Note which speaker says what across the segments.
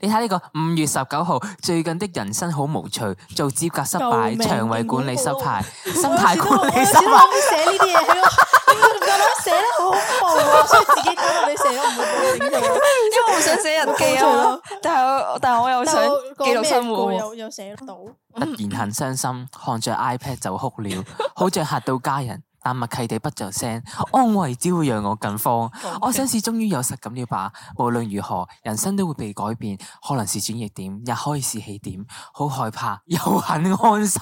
Speaker 1: 你睇呢個五月十九號，最近的人生好無趣，做指甲失敗，
Speaker 2: 救命啊
Speaker 1: 腸胃管理失敗，心態
Speaker 2: 我
Speaker 1: 管
Speaker 2: 有
Speaker 1: 理
Speaker 2: 時
Speaker 1: 失
Speaker 2: 都
Speaker 1: 敗。
Speaker 2: 諗寫呢啲嘢喺度，點解咁寫咧？好恐怖啊！所以自己睇到你寫咯，唔會報警佢。
Speaker 3: 因為我想寫日記啊，但係我但係我又想記錄生活
Speaker 2: 但我
Speaker 3: 喎。
Speaker 2: 又又寫到，
Speaker 1: 突然很傷心，看着 iPad 就哭 了，好像嚇到家人，但默契地不作聲，安慰只會讓我更慌。我想是終於有實感了吧。無論如何，人生都會被改變，可能是轉捩點，也可以是起點。好害怕， 又很安 心。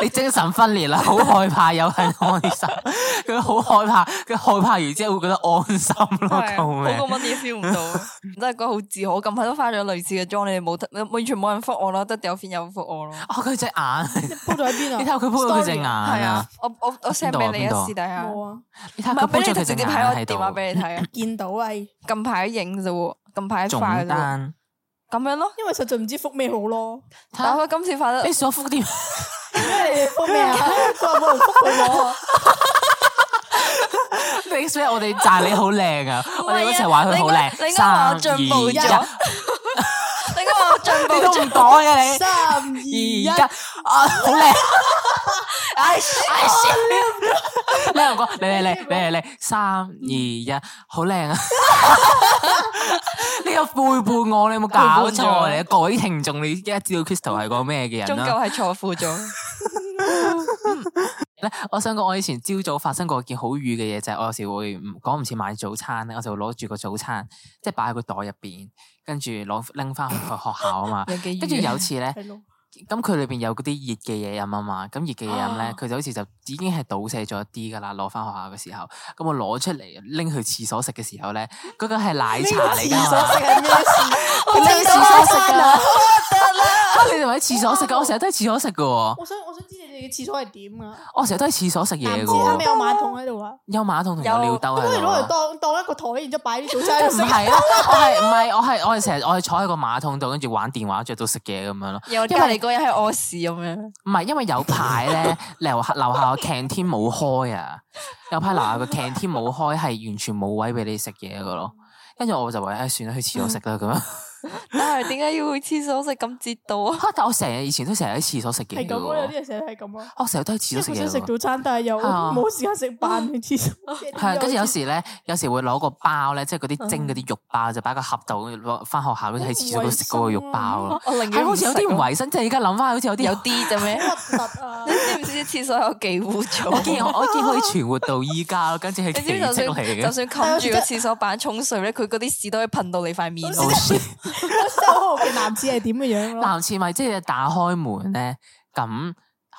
Speaker 1: 你精神分裂啦，好害怕又很安心。 佢好害怕，佢害怕完之後會覺得安心咯。
Speaker 3: 係啊
Speaker 1: 救命！
Speaker 3: 好過乜嘢 feel 唔到，真係覺得好自豪。我近排都化咗類似嘅妝，你哋冇得，完全冇人覆我咯，得掉片有覆我咯。
Speaker 1: 哦，佢隻眼，
Speaker 2: 鋪咗喺邊啊？
Speaker 1: 你睇下佢鋪咗佢隻眼
Speaker 3: 係
Speaker 1: 啊
Speaker 3: 啊！，我我我
Speaker 1: 邊
Speaker 3: send
Speaker 1: 度啊
Speaker 3: 俾你
Speaker 1: 邊
Speaker 3: 啊，
Speaker 1: 度啊
Speaker 3: 私底下。
Speaker 2: 冇
Speaker 3: 唔
Speaker 2: 啊，
Speaker 1: 你睇下
Speaker 3: 係
Speaker 1: 佢鋪
Speaker 3: 我俾
Speaker 1: 咗
Speaker 3: 你
Speaker 1: 佢
Speaker 3: 直
Speaker 1: 隻
Speaker 3: 接
Speaker 1: 眼
Speaker 3: 喺我
Speaker 1: 喺度
Speaker 3: 電。話俾你 睇啊！
Speaker 2: 見到啊，因
Speaker 3: 近排影咋喎，近排
Speaker 1: 總
Speaker 3: 化咋喎，
Speaker 1: 單，
Speaker 3: 咁樣咯。
Speaker 2: 為實在唔知覆咩好咯。
Speaker 1: 睇
Speaker 3: 但
Speaker 1: 下
Speaker 3: 我今次化得
Speaker 1: 你所 覆啲。
Speaker 2: 覆咩啊？佢話冇人覆佢我啊。
Speaker 1: 你所以我哋讚你好靚啊！
Speaker 3: 唔係啊
Speaker 1: 我哋一齊話佢好
Speaker 3: 你
Speaker 1: 靚，
Speaker 3: 應該話
Speaker 1: 三
Speaker 3: 我進步
Speaker 1: 二一，
Speaker 3: 咗 你今日我進步
Speaker 1: 你都唔
Speaker 3: 咗，
Speaker 1: 講嘅你。
Speaker 2: 三二
Speaker 1: 二
Speaker 2: 一
Speaker 1: 一，啊，好靚！
Speaker 3: 唉，
Speaker 1: 你又講，你你你你你你，三二一，好靚啊！ 你又背叛我，你有冇搞錯啊？你
Speaker 3: 背
Speaker 1: 各位聽眾，你一知道 Crystal 係個咩嘅人啊
Speaker 3: 終
Speaker 1: 啦
Speaker 3: 究？係錯付咗。
Speaker 1: 咧，我想講，我以前朝早發生過一件好瘀嘅嘢，就係、我有時會唔講唔切買早餐咧，我就攞住個早餐，即係擺喺個袋入邊，跟住攞拎翻去學校啊嘛。
Speaker 3: 有幾
Speaker 1: 跟住
Speaker 3: 遠
Speaker 1: 有 次咧，
Speaker 2: 係咯，
Speaker 1: 咁佢裏邊有嗰啲熱嘅嘢飲啊嘛，咁熱嘅嘢飲咧，
Speaker 2: 啊
Speaker 1: 佢就好似就已經係倒瀉咗一啲噶啦，攞翻學校嘅時候，咁我攞出嚟拎去廁所食嘅時候咧，嗰個係奶茶嚟
Speaker 2: 廁所
Speaker 1: 噶嘛，
Speaker 2: 食係咩事？
Speaker 1: 你喺廁所食噶，啊
Speaker 2: 啊
Speaker 1: 你哋咪喺廁所食噶，我成日都喺廁所食噶喎，
Speaker 2: 我想我想知你哋嘅廁所係點啊？
Speaker 1: 我成日都喺廁所食
Speaker 2: 但
Speaker 1: 嘢
Speaker 2: 唔
Speaker 1: 噶
Speaker 2: 知啱
Speaker 1: 喎
Speaker 2: 咩，有馬桶喺度啊？
Speaker 1: 有馬桶同有尿兜
Speaker 2: 咁可以
Speaker 1: 喺度
Speaker 2: 攞嚟
Speaker 1: 啊。
Speaker 2: 當當一個台，然之後擺啲早餐喺
Speaker 1: 唔
Speaker 2: 度食。
Speaker 1: 係啦，我係唔係我係我係成日我係坐喺個馬桶度，跟住玩電話，着到食嘢咁樣咯。
Speaker 3: 有隔離嗰人係屙屎咁樣，
Speaker 1: 唔係因為有排咧樓下樓下個 canteen 冇開啊，有排樓下個 canteen 冇開係完全冇位俾你食嘢噶咯。跟住我就話誒、算啦，去廁所食啦咁樣。
Speaker 3: 但啊係點解要去廁所食咁折墮啊？
Speaker 1: 嚇！但我成日以前都成日喺廁所食嘢
Speaker 2: 係
Speaker 1: 嘅
Speaker 2: 咁咯，有啲
Speaker 1: 喎，
Speaker 2: 人成日係咁啊。
Speaker 1: 我成日都喺
Speaker 2: 即
Speaker 1: 廁
Speaker 2: 係
Speaker 1: 所
Speaker 2: 佢
Speaker 1: 食
Speaker 2: 想食
Speaker 1: 嘢喎。
Speaker 2: 早餐，但係又
Speaker 1: 啊
Speaker 2: 冇時間食飯去廁所。
Speaker 1: 係啊，跟住有時咧，有時會攞個包咧，即係嗰啲蒸嗰啲肉包，就擺個盒度，攞翻學校跟住喺廁所度食嗰個肉包咯。
Speaker 3: 我寧
Speaker 1: 係
Speaker 3: 願
Speaker 1: 好
Speaker 3: 唔
Speaker 1: 似
Speaker 3: 食
Speaker 1: 有
Speaker 3: 咯
Speaker 1: 啲唔衞生，即係而家諗翻，好 似有啲
Speaker 3: 有啲啫咩？
Speaker 2: 核突 啊
Speaker 3: 你！知唔知廁所有幾污糟？
Speaker 1: 我竟然我竟然可以存活到依家咯，跟住係
Speaker 3: 你
Speaker 1: 奇
Speaker 3: 知唔知就
Speaker 1: 蹟嚟
Speaker 3: 算就
Speaker 1: 嘅。
Speaker 3: 算冚住個廁所板沖水咧，佢嗰啲屎都可以噴到你塊面度。
Speaker 1: 好 shit
Speaker 2: 我收號嘅男子係點嘅樣咯？
Speaker 1: 男廁咪即係打開門咧，咁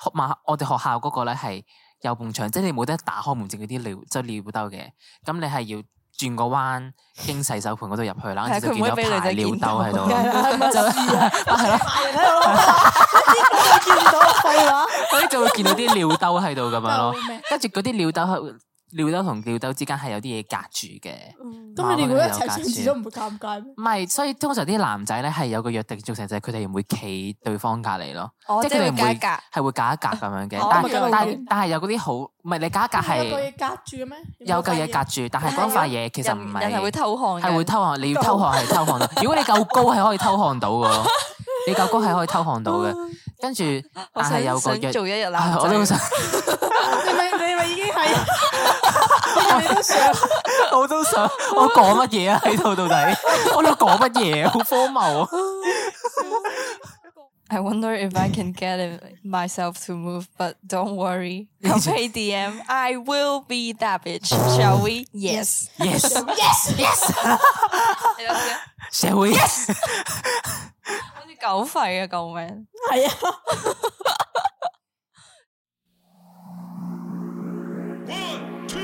Speaker 1: 學馬我哋學校嗰個咧係有埲牆，即係你冇得打開門淨嗰啲尿即係尿兜嘅，咁你係要轉個彎經洗手盆嗰度入去啦，
Speaker 3: 係啊
Speaker 1: 跟住就
Speaker 3: 佢唔
Speaker 1: 見到
Speaker 3: 可以俾
Speaker 1: 一
Speaker 3: 女
Speaker 1: 排
Speaker 3: 仔
Speaker 1: 尿
Speaker 3: 見
Speaker 1: 兜
Speaker 3: 到
Speaker 1: 喺度
Speaker 2: 梗 係
Speaker 1: 咯。
Speaker 2: 啦，
Speaker 1: 就
Speaker 2: 咪
Speaker 1: 係咯，
Speaker 2: 大人喺 度咯，見唔到 廢話。
Speaker 1: 所以就會見到啲尿兜喺度咁樣 咯
Speaker 2: 救命，
Speaker 1: 跟住嗰啲尿兜係尿兜同尿兜之間係有啲嘢隔住嘅。
Speaker 2: 咁你哋如果一齊上廁所唔會尷尬咩？
Speaker 1: 唔係，所以通常啲男仔咧係有個約定俗成，就係佢哋唔會企對方隔離咯，
Speaker 3: 哦
Speaker 1: 係佢哋唔會
Speaker 3: 即係
Speaker 1: 係會隔一隔咁樣嘅
Speaker 3: 哦。
Speaker 1: 但
Speaker 2: 咁咪
Speaker 1: 係
Speaker 2: 夠
Speaker 1: 但
Speaker 2: 遠
Speaker 1: 係但係有嗰啲好，唔係你隔一隔
Speaker 2: 有
Speaker 1: 係
Speaker 2: 嚿嘢隔住嘅咩？
Speaker 1: 有嚿嘢隔住，但係嗰塊嘢其實唔
Speaker 3: 人人係
Speaker 1: 係
Speaker 3: 會偷看嘅，
Speaker 1: 係會偷看，你要偷看係偷看到。如果你夠高係可以偷看到 嘅，你夠高係可以偷看到嘅。跟住
Speaker 3: 哦我
Speaker 1: 但
Speaker 3: 想
Speaker 1: 係有個
Speaker 3: 想
Speaker 1: 約，
Speaker 3: 做一日
Speaker 1: 唉
Speaker 3: 男仔，
Speaker 1: 我都好想，
Speaker 2: 你咪你咪已經係，你都想
Speaker 1: 我都想，我講乜嘢啊？喺度到底我喺度講乜嘢？好荒謬 啊！
Speaker 3: I wonder if I can get it myself to move, but don't worry. Come ADM, I will be that bitch. Shall we? Yes.
Speaker 1: Yes,
Speaker 2: yes yes。
Speaker 3: 你諗下
Speaker 1: 社會。
Speaker 3: 好似狗吠啊！救命！
Speaker 2: 係啊，
Speaker 4: One, two,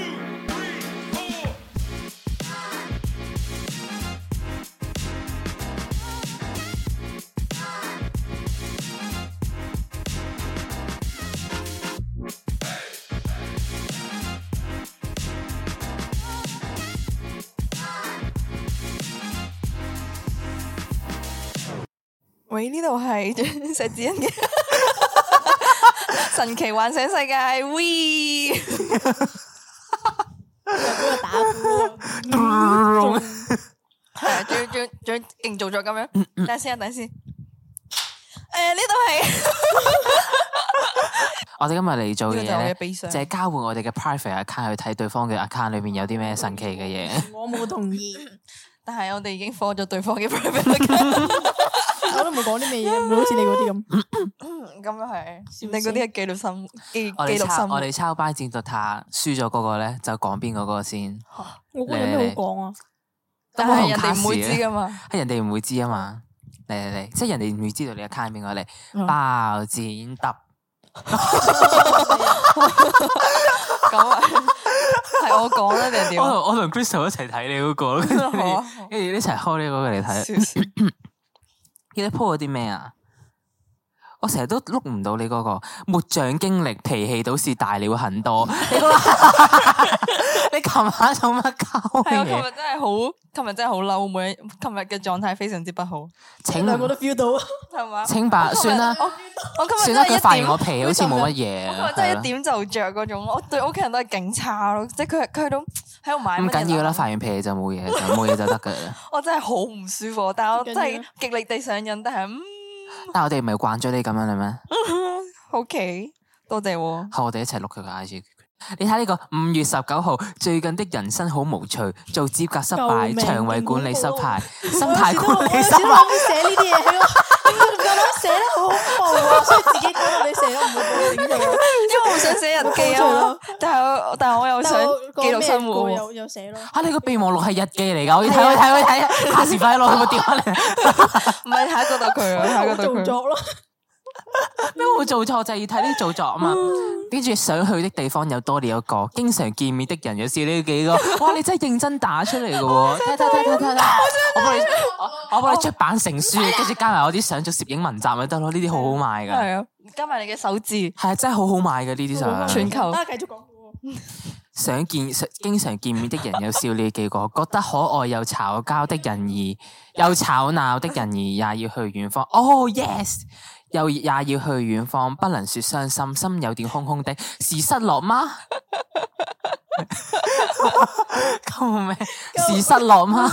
Speaker 4: three, four.
Speaker 3: 喂，呢度係 石子欣嘅神奇幻想世界。We
Speaker 2: 嗰個打鼓啊，
Speaker 1: 係
Speaker 3: 係仲要仲要仲要營造咗咁樣。等先啊，等先。誒呢度
Speaker 1: 我哋今日嚟做嘅
Speaker 3: 呢個就係我嘅啊
Speaker 1: 嘢
Speaker 3: 悲
Speaker 1: 咧，
Speaker 3: 傷
Speaker 1: 就係交換我哋嘅 private account 去睇對方嘅 account 裏面有啲咩神奇嘅嘢。
Speaker 2: 我冇同意，
Speaker 3: 係， 但係我哋已經放咗對方嘅 private account
Speaker 2: 我都冇講啲咩嘢，唔會好似你嗰啲咁。
Speaker 3: 嗯咁又係，
Speaker 2: 笑
Speaker 3: 你嗰啲係記錄心記
Speaker 1: 我
Speaker 3: 記
Speaker 1: 哋
Speaker 3: 錄
Speaker 1: 抄我
Speaker 3: 心。
Speaker 1: 哋抄班戰 Dota 輸咗嗰個咧，就講邊個嗰個先。
Speaker 2: 我覺得有咩好講啊？
Speaker 3: 但係人哋唔會知噶嘛。
Speaker 1: 係人哋唔會知啊嘛。嚟嚟嚟，即係人哋唔會知道你嘅 account 邊個嚟。
Speaker 3: 嗯
Speaker 1: 爆剪揼，
Speaker 3: 咁啊，係我講啦定係點啊？
Speaker 1: 我我同 Crystal 一齊睇你嗰 個， 跟住
Speaker 3: 好啊
Speaker 1: 你跟住一齊開呢個嚟睇。
Speaker 3: 笑死
Speaker 1: 記得 po 咗啲咩啊？我成日都碌唔到你嗰、個末將經歷，脾氣倒是大了很 多。你嗰、個 你琴晚做乜鳩
Speaker 3: 係啊我琴
Speaker 1: 嘢？
Speaker 3: 日真係好，琴日真係好嬲，每一琴日嘅狀態非常之不好，
Speaker 1: 請
Speaker 2: 兩個都 feel 到，
Speaker 3: 係嘛？
Speaker 1: 請吧，
Speaker 3: 我琴日
Speaker 1: 算啦，
Speaker 3: 我我今日
Speaker 1: 算啦，
Speaker 3: 真係一
Speaker 1: 佢發現
Speaker 3: 點
Speaker 1: 我脾氣好似冇乜嘢。啊
Speaker 3: 我琴日真係一點就着嗰種，我對屋企人都係勁差咯，即係佢佢喺度喺度買
Speaker 1: 唔
Speaker 3: 乜嘢
Speaker 1: 緊要啦，
Speaker 3: 冷
Speaker 1: 發完脾氣就冇嘢，就冇嘢就得噶 啦。
Speaker 3: 我真係好唔舒服，但係我真
Speaker 2: 唔緊要
Speaker 3: 係極力地上癮，但係嗯
Speaker 1: 但我哋唔係慣咗你咁樣啦咩？
Speaker 3: ，OK，多 謝喎。
Speaker 1: 係我哋一齊錄佢個 I G。你睇呢個五月十九號，最近的人生好無趣，做指甲失
Speaker 2: 救
Speaker 1: 敗，
Speaker 2: 命
Speaker 1: 腸胃管理
Speaker 2: 勁
Speaker 1: 失
Speaker 2: 恐怖
Speaker 1: 敗，心
Speaker 2: 我有
Speaker 1: 態管理
Speaker 2: 時都我有時
Speaker 1: 失
Speaker 2: 都
Speaker 1: 敗。
Speaker 2: 諗寫呢啲嘢，係咯，點解咁寫得好恐怖 啊？所以自己睇到你寫都唔會報警佢。
Speaker 3: 因為我想寫日記啊，但係我但係我又想記錄生活喎，
Speaker 2: 有有寫咯。
Speaker 1: 吓、你個備忘錄係日記嚟㗎，我要睇我要睇我要睇，下時快攞佢部電話嚟。
Speaker 3: 唔係下一個到 佢啊，下一個到
Speaker 2: 做
Speaker 3: 佢。
Speaker 2: 作咯，
Speaker 1: 咩會做錯就係要睇啲做作啊嘛。跟住想去的地方有多了一個，經常見面的人有少呢幾個。哇！你真係認真打出嚟㗎喎，睇睇睇睇睇睇，我幫你我我幫你出版成書，跟住加埋我啲相做攝影文集咪得咯。呢啲好好賣㗎，
Speaker 3: 係啊，加埋你嘅手指，
Speaker 1: 係啊真係好好賣㗎呢啲相。
Speaker 3: 全球
Speaker 2: 啊，繼續講喎。
Speaker 1: 想見想經常見面的人有笑呢幾個，覺得可愛又吵交的人兒，又吵鬧的人兒，也要去遠方。哦、yes，又也要去遠方，不能說傷心，心有點空空的，是失落嗎？救命！是失落嗎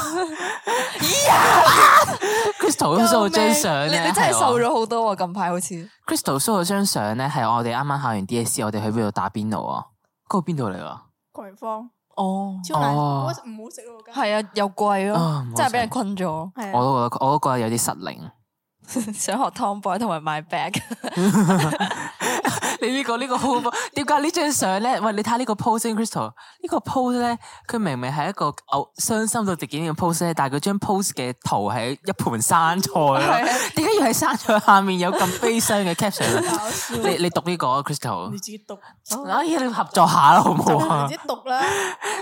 Speaker 1: ？Crystal 都 show 咗張相
Speaker 3: 你
Speaker 1: 咧，
Speaker 3: 你真係
Speaker 1: 係我啊
Speaker 3: 瘦咗好多喎，近排好似。
Speaker 1: Crystal show 咗張相咧，係我哋啱啱考完 DSE，我哋去邊度打邊爐啊？嗰個邊度嚟啊？
Speaker 2: 葵芳
Speaker 3: 哦，
Speaker 2: 超難，
Speaker 1: 哦
Speaker 2: 我唔好食咯嗰間。
Speaker 3: 係啊，又貴咯
Speaker 1: 啊唔，好
Speaker 3: 真係俾人
Speaker 1: 食
Speaker 3: 困咗，
Speaker 2: 係
Speaker 1: 我都
Speaker 2: 啊，
Speaker 1: 覺得我都覺得有啲失靈。
Speaker 3: 想學 Tomboy 同埋 My Bag。
Speaker 1: 你呢、個呢、個 p o 點解呢張相咧？喂，你睇下呢個 pose 先，Crystal 呢個 pose 咧，佢明明係一個嘔傷心到極點嘅 pose 咧，但係佢張 pose 嘅圖係一盤生菜咯。
Speaker 3: 係啊
Speaker 1: 點解要喺生菜下面有咁悲傷嘅 caption 咧？
Speaker 2: 搞笑。
Speaker 1: 你你讀呢、個啊
Speaker 2: 你
Speaker 1: Crystal，
Speaker 2: 自己
Speaker 3: 哦
Speaker 2: 讀，
Speaker 1: 哎呀，你合作下啦，好唔好啊
Speaker 2: 你自？己讀啦，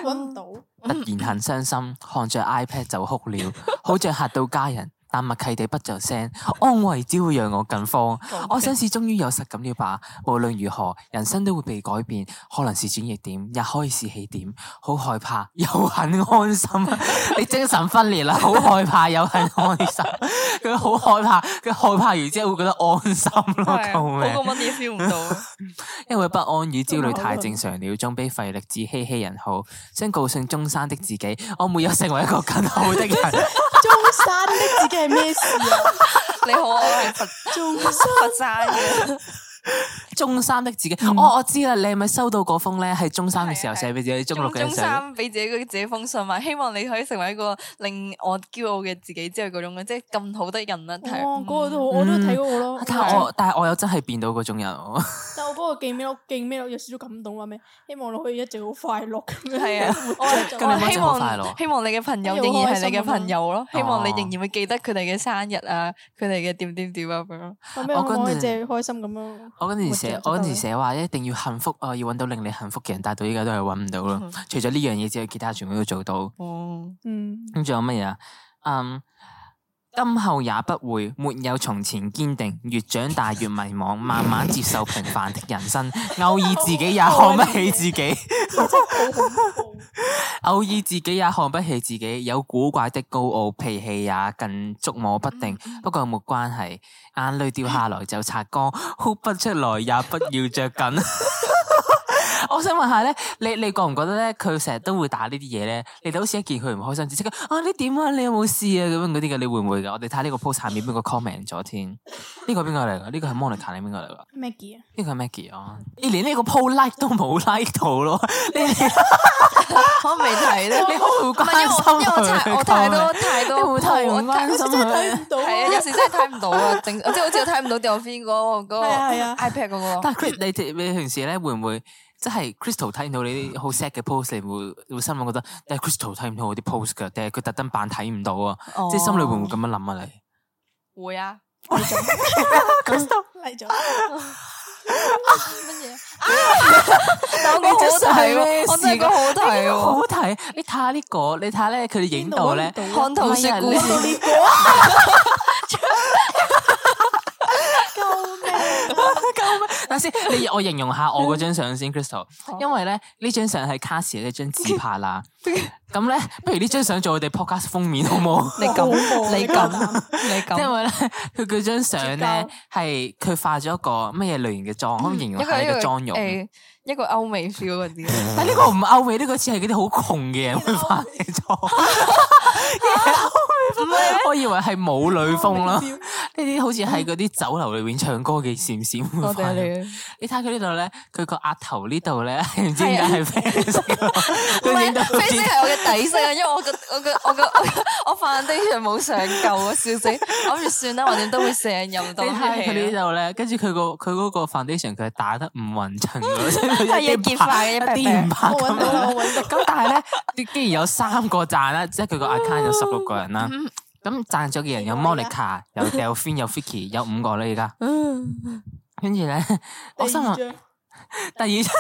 Speaker 2: 搵唔到。
Speaker 1: 突
Speaker 3: 嗯
Speaker 1: 然很傷心，看着 iPad 就哭了， 好像嚇到家人，但默契地不作聲，安慰只會讓我更慌。我想是終於有實感了吧？無論如何，人生都會被改變，可能是轉捩點，也可以是起點。好害怕， 又很安心。 你精神分裂啦，好害怕又很安心。佢好害怕，佢害怕完之後會覺得安心咯，
Speaker 3: 係啊
Speaker 1: 救
Speaker 3: 好
Speaker 1: 命！
Speaker 3: 過乜嘢 feel 唔到。
Speaker 1: 因為不安與焦慮太正常了，總比費力自欺欺人好。想告訴中山的自己，我沒有成為一個更好 的人。
Speaker 2: 中山的自己係咩事啊？
Speaker 3: 你好，我 係佛
Speaker 2: 中
Speaker 3: 佛山嘅，
Speaker 1: 中山的自己，哦，我知啦，你係咪收到嗰封咧？係中三嘅時候
Speaker 3: 嗯係啊
Speaker 1: 寫俾自己，中六
Speaker 3: 中
Speaker 1: 嘅
Speaker 3: 中
Speaker 1: 時候。
Speaker 3: 三俾自己嗰自己封信嘛，希望你可以成為一個令我驕傲嘅自己之類嗰種嘅，即係咁好的人啦。睇
Speaker 2: 哦，嗰個都好，我都睇過
Speaker 3: 嗯
Speaker 2: 咯。
Speaker 1: 但係我但係我又真係變到嗰種人，
Speaker 2: 但我不過記咩咯，記咩咯，有少少感動話咩？希望你可以一直好快樂咁 樣。
Speaker 3: 係啊，我
Speaker 1: 今年
Speaker 3: 我希
Speaker 1: 真係好快樂
Speaker 3: 望希望你嘅朋友仍然係你嘅朋友咯，
Speaker 1: 哎
Speaker 3: 希
Speaker 1: 呀好開心啊
Speaker 3: 望你仍然會記得佢哋嘅生日啊，佢哋嘅點點點啊咁樣。
Speaker 2: 咁樣
Speaker 1: 我
Speaker 2: 可唔可以
Speaker 1: 嗰陣
Speaker 2: 即係開心 咁樣？
Speaker 1: 我嗰陣時
Speaker 2: 活
Speaker 1: 寫
Speaker 2: 着，就
Speaker 1: 我嗰陣
Speaker 2: 夠
Speaker 1: 時
Speaker 2: 啦
Speaker 1: 寫話一定要幸福啊，要揾到令你幸福嘅人，但係到依家都係揾唔到
Speaker 3: 嗯
Speaker 1: 咯。除咗呢樣嘢之外，其他全部都做到。
Speaker 3: 哦，
Speaker 2: 嗯，
Speaker 1: 咁仲有乜嘢啊？嗯，今後也不會沒有從前堅定，越長大越迷茫，慢慢接受平凡的人生，偶爾自己也看不起自己，偶爾自己也看不起自己，有古怪的高傲，脾氣也更捉摸不定。
Speaker 3: 嗯
Speaker 1: 不過沒關係，眼 淚掉下來就擦乾，哭不出來也不要着緊。我我想問下咧，你你覺唔覺得咧，佢成日都會打呢啲嘢咧？你哋好似一見佢唔開心，即刻啊你點啊？你有冇事啊？咁樣嗰啲嘅，你會唔會噶？我哋睇呢個 post 下面邊個 comment 咗添？呢個邊個嚟噶？呢個係 Monica 定邊個嚟噶？
Speaker 2: Maggie 啊，
Speaker 1: 呢個係 Maggie
Speaker 3: 嗯
Speaker 1: 啊？你連呢個 post like 都冇 like 到咯？你你
Speaker 3: 我未 睇咧。
Speaker 1: 你可唔會
Speaker 3: 哦唔係因為
Speaker 1: 關心
Speaker 3: 我因為我
Speaker 1: 佢
Speaker 3: 太
Speaker 1: 嘅
Speaker 3: 我
Speaker 1: comment？
Speaker 3: 太多太
Speaker 1: 你會
Speaker 3: 多
Speaker 1: 唔會太唔
Speaker 3: 我
Speaker 1: 關
Speaker 2: 有
Speaker 1: 心
Speaker 2: 時真
Speaker 1: 佢
Speaker 2: 係睇唔到
Speaker 3: 係啊，有
Speaker 2: 啊。
Speaker 3: 時真係睇唔到 啊，正即係好似我睇唔到 Delphine 嗰個嗰個
Speaker 2: 係啊係啊
Speaker 3: iPad 嗰個。
Speaker 1: 但係 Chris，你哋你平時咧會唔會即係 Crystal 睇唔到你啲好 sad 嘅 post，你會會心諗覺得，但係 Crystal 睇唔到我啲 post 㗎，定係佢特登扮睇唔到啊？即係心裏會唔會咁樣諗啊？你
Speaker 3: 會啊？
Speaker 1: Crystal，
Speaker 2: 嚟咗，
Speaker 3: 但我覺得好好睇喎，我真係覺得哎好睇
Speaker 1: 哎好
Speaker 3: 喎。
Speaker 1: 好睇！你睇下呢個，你睇下咧佢哋影到咧，
Speaker 2: 邊度
Speaker 3: 看圖說故
Speaker 1: 唔係啊
Speaker 3: 事，
Speaker 2: 呢個啊，救命！
Speaker 1: 等先，你我形容下我嗰張相先，Crystal，因為咧呢張相係卡士嘅一張自拍啦。咁咧，不如呢張相做我哋 podcast 封面好冇？
Speaker 3: 你咁
Speaker 2: 恐怖
Speaker 3: 你
Speaker 2: 你
Speaker 3: 咁
Speaker 2: 夠
Speaker 3: 你
Speaker 1: 因
Speaker 3: 咁，
Speaker 1: 為咧，佢嗰張相咧係佢化咗一個乜嘢類型嘅妝，可唔可以形容
Speaker 3: 一
Speaker 1: 下
Speaker 3: 個
Speaker 1: 你
Speaker 3: 一個
Speaker 1: 嘅妝容？
Speaker 3: 誒一個歐美 feel 啊嗰 啲。
Speaker 1: 但呢個唔歐美，呢個似係嗰啲好窮嘅人會化嘅 妝。唔係，我以為係舞女風啦。呢啲好似喺嗰啲酒樓裏面唱歌嘅閃閃會
Speaker 3: 我
Speaker 1: 化
Speaker 3: 哋
Speaker 1: 嘅。
Speaker 3: 你
Speaker 1: 你睇佢呢度咧，佢個額頭呢 度咧，唔知點解係啡色咯。
Speaker 3: 啊 唔
Speaker 1: 佢影到
Speaker 3: 係
Speaker 1: 好
Speaker 3: 啡
Speaker 1: 似
Speaker 3: 色係我嘅底色啊，因為我個我個我個 我 foundation 冇上夠啊，笑死！我諗住算啦，橫掂都會成入到
Speaker 1: 你睇下
Speaker 3: 啲
Speaker 1: 佢
Speaker 3: 戲
Speaker 1: 呢
Speaker 3: 啦。
Speaker 1: 度咧，跟住佢個佢嗰個 foundation 佢係打得唔勻 稱嘅，即
Speaker 3: 係
Speaker 1: 係
Speaker 3: 一
Speaker 1: 啲
Speaker 3: 結塊嘅一
Speaker 1: 白
Speaker 3: 撇哦
Speaker 1: 一
Speaker 3: 撇
Speaker 1: 啲唔白
Speaker 2: 我
Speaker 1: 咁
Speaker 2: 揾到啦，
Speaker 1: 樣。
Speaker 2: 我揾到。
Speaker 1: 咁但係咧，既然有三個讚啦，即係佢個 account 有十六個人啦。咁讚咗嘅人有 Monica、有 Delphine、有 Vicky，有五個啦而家。跟住咧，我心諗
Speaker 2: 第二張
Speaker 1: 第二張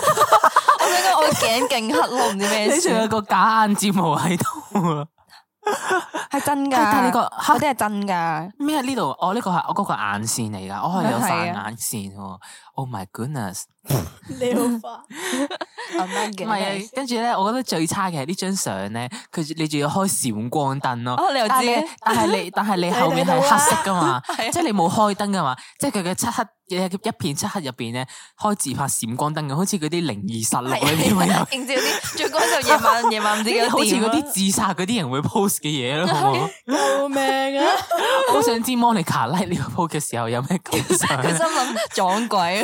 Speaker 3: 我想講我頸勁黑咯，唔知咩
Speaker 1: 你
Speaker 3: 事
Speaker 1: 仲。有個假眼睫毛喺度啊！
Speaker 3: 係真㗎，
Speaker 1: 但係你個黑
Speaker 3: 嗰啲係真 㗎。
Speaker 1: 咩？呢度哦我呢個係我嗰個眼線嚟㗎，我係有
Speaker 3: 係
Speaker 1: 散
Speaker 3: 啊
Speaker 1: 眼線喎。Oh my goodness！
Speaker 2: 你好快，
Speaker 1: 唔係啊，跟住咧，我覺得最差嘅係呢張相咧，佢你仲要開閃光燈咯。
Speaker 3: 哦你又知
Speaker 1: 但 係你但係你但係你後面
Speaker 3: 啊
Speaker 1: 係黑色噶嘛，即係你冇開燈噶嘛，即係佢嘅漆黑一片漆黑入邊咧，開自拍閃光燈咁，好似嗰啲靈異實錄裏面 會有，
Speaker 3: 認住啲最嗰陣夜晚夜晚唔知幾
Speaker 1: 好
Speaker 3: 多
Speaker 1: 似
Speaker 3: 點
Speaker 1: 嗰啲
Speaker 3: 啊
Speaker 1: 自殺嗰啲人會 post 嘅嘢 咯，好冇？
Speaker 2: 救命啊！
Speaker 1: 我好想知 Monica like 呢個 post 嘅時候有咩感 想
Speaker 3: 佢心
Speaker 1: 咧？
Speaker 3: 諗撞鬼，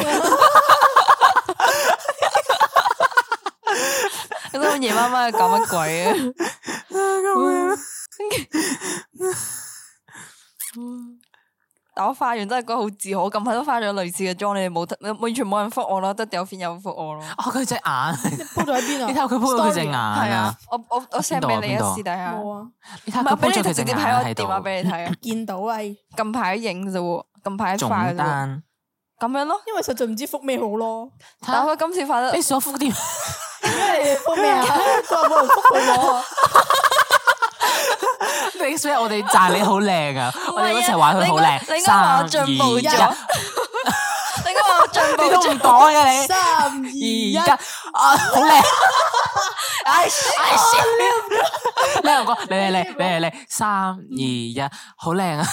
Speaker 3: 佢心諗夜媽媽搞乜鬼 啊？但我化完真係覺得好自豪，我近排都化咗類似嘅妝，你哋冇得，完全冇人覆我咯，得 Delphine 有覆我咯。
Speaker 1: 哦，佢隻 眼，
Speaker 2: 鋪咗喺邊啊？
Speaker 1: 你睇下佢 post 咗佢隻眼
Speaker 3: 係
Speaker 1: 啊
Speaker 3: 啊！，我我我 send
Speaker 1: 邊度啊
Speaker 3: 俾你
Speaker 1: 邊
Speaker 3: 啊，
Speaker 1: 度啊
Speaker 3: 私底下。
Speaker 2: 冇
Speaker 3: 唔
Speaker 2: 啊，
Speaker 1: 你睇下
Speaker 3: 係，我
Speaker 1: 佢
Speaker 3: 俾
Speaker 1: post
Speaker 3: 你
Speaker 1: 咗
Speaker 3: 就
Speaker 1: 佢隻
Speaker 3: 直接
Speaker 1: 眼
Speaker 3: 喺我
Speaker 1: 喺
Speaker 3: 電話
Speaker 1: 度，
Speaker 3: 俾你 睇啊！
Speaker 2: 見到啊，因
Speaker 3: 近排影咋喎，近排
Speaker 1: 仲
Speaker 3: 化咋喎，
Speaker 1: 單。
Speaker 3: 咁樣咯。
Speaker 2: 為實在唔知覆咩好咯。
Speaker 3: 但我今次化得
Speaker 1: 你所覆 啲
Speaker 2: 因為 覆咩啊？佢話冇人覆佢我啊。
Speaker 1: 你所以我哋讚你好靚啊！
Speaker 3: 唔係啊
Speaker 1: 我哋一齊玩佢好
Speaker 3: 你
Speaker 1: 靚，
Speaker 3: 應該話我
Speaker 1: 三
Speaker 3: 進
Speaker 1: 二
Speaker 3: 步咗
Speaker 1: 一，
Speaker 3: 你講我進步
Speaker 1: 你都
Speaker 3: 咗
Speaker 1: 唔，講嘅你，
Speaker 2: 三二
Speaker 1: 二
Speaker 2: 一
Speaker 1: 一，啊好靚！
Speaker 3: 唉，唉
Speaker 1: 你又講，你你你你你，三二一，好靚啊！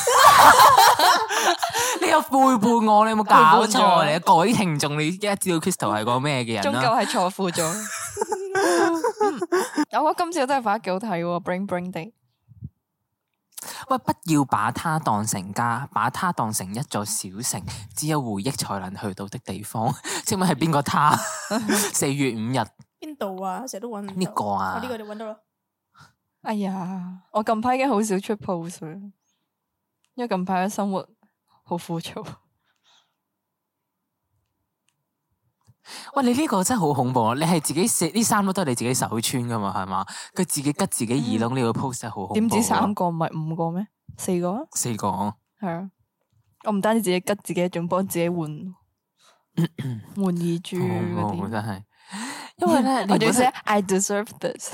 Speaker 1: 你又背叛我，你有冇搞錯啊？你
Speaker 3: 背
Speaker 1: 各位聽眾，你一知道 Crystal 係個咩嘅人
Speaker 3: 終
Speaker 1: 啦？
Speaker 3: 究係錯付 咗。嗯我覺得今次真係化得幾好睇喎，bling bling 地。
Speaker 1: 喂，不要把它當成家，把它當成一座小城，只有回憶才能去到的地方。 請問係邊個他？四月五日
Speaker 2: 邊度啊？成日都揾唔到
Speaker 1: 呢個啊
Speaker 2: 我呢個就揾到啦。
Speaker 3: 哎呀，我近排已經好少出 pose 啦，因為近排嘅生活好枯燥。
Speaker 1: 喂，你呢個真係好恐怖啊！你係自己寫呢三個都係你自己手穿噶嘛，係嘛？佢自己吉自己耳窿呢個 post 真係好恐怖。啊
Speaker 3: 點止三？個唔係五個咩？四個啊？
Speaker 1: 四個
Speaker 3: 係啊，我唔單止自己吉自己，仲幫 自己換換耳珠
Speaker 1: 恐
Speaker 3: 嗰
Speaker 1: 怖
Speaker 3: 啲。
Speaker 1: 哦真係， 因為咧 你
Speaker 3: 我仲
Speaker 1: 本
Speaker 3: 寫
Speaker 1: 身
Speaker 3: I deserve this，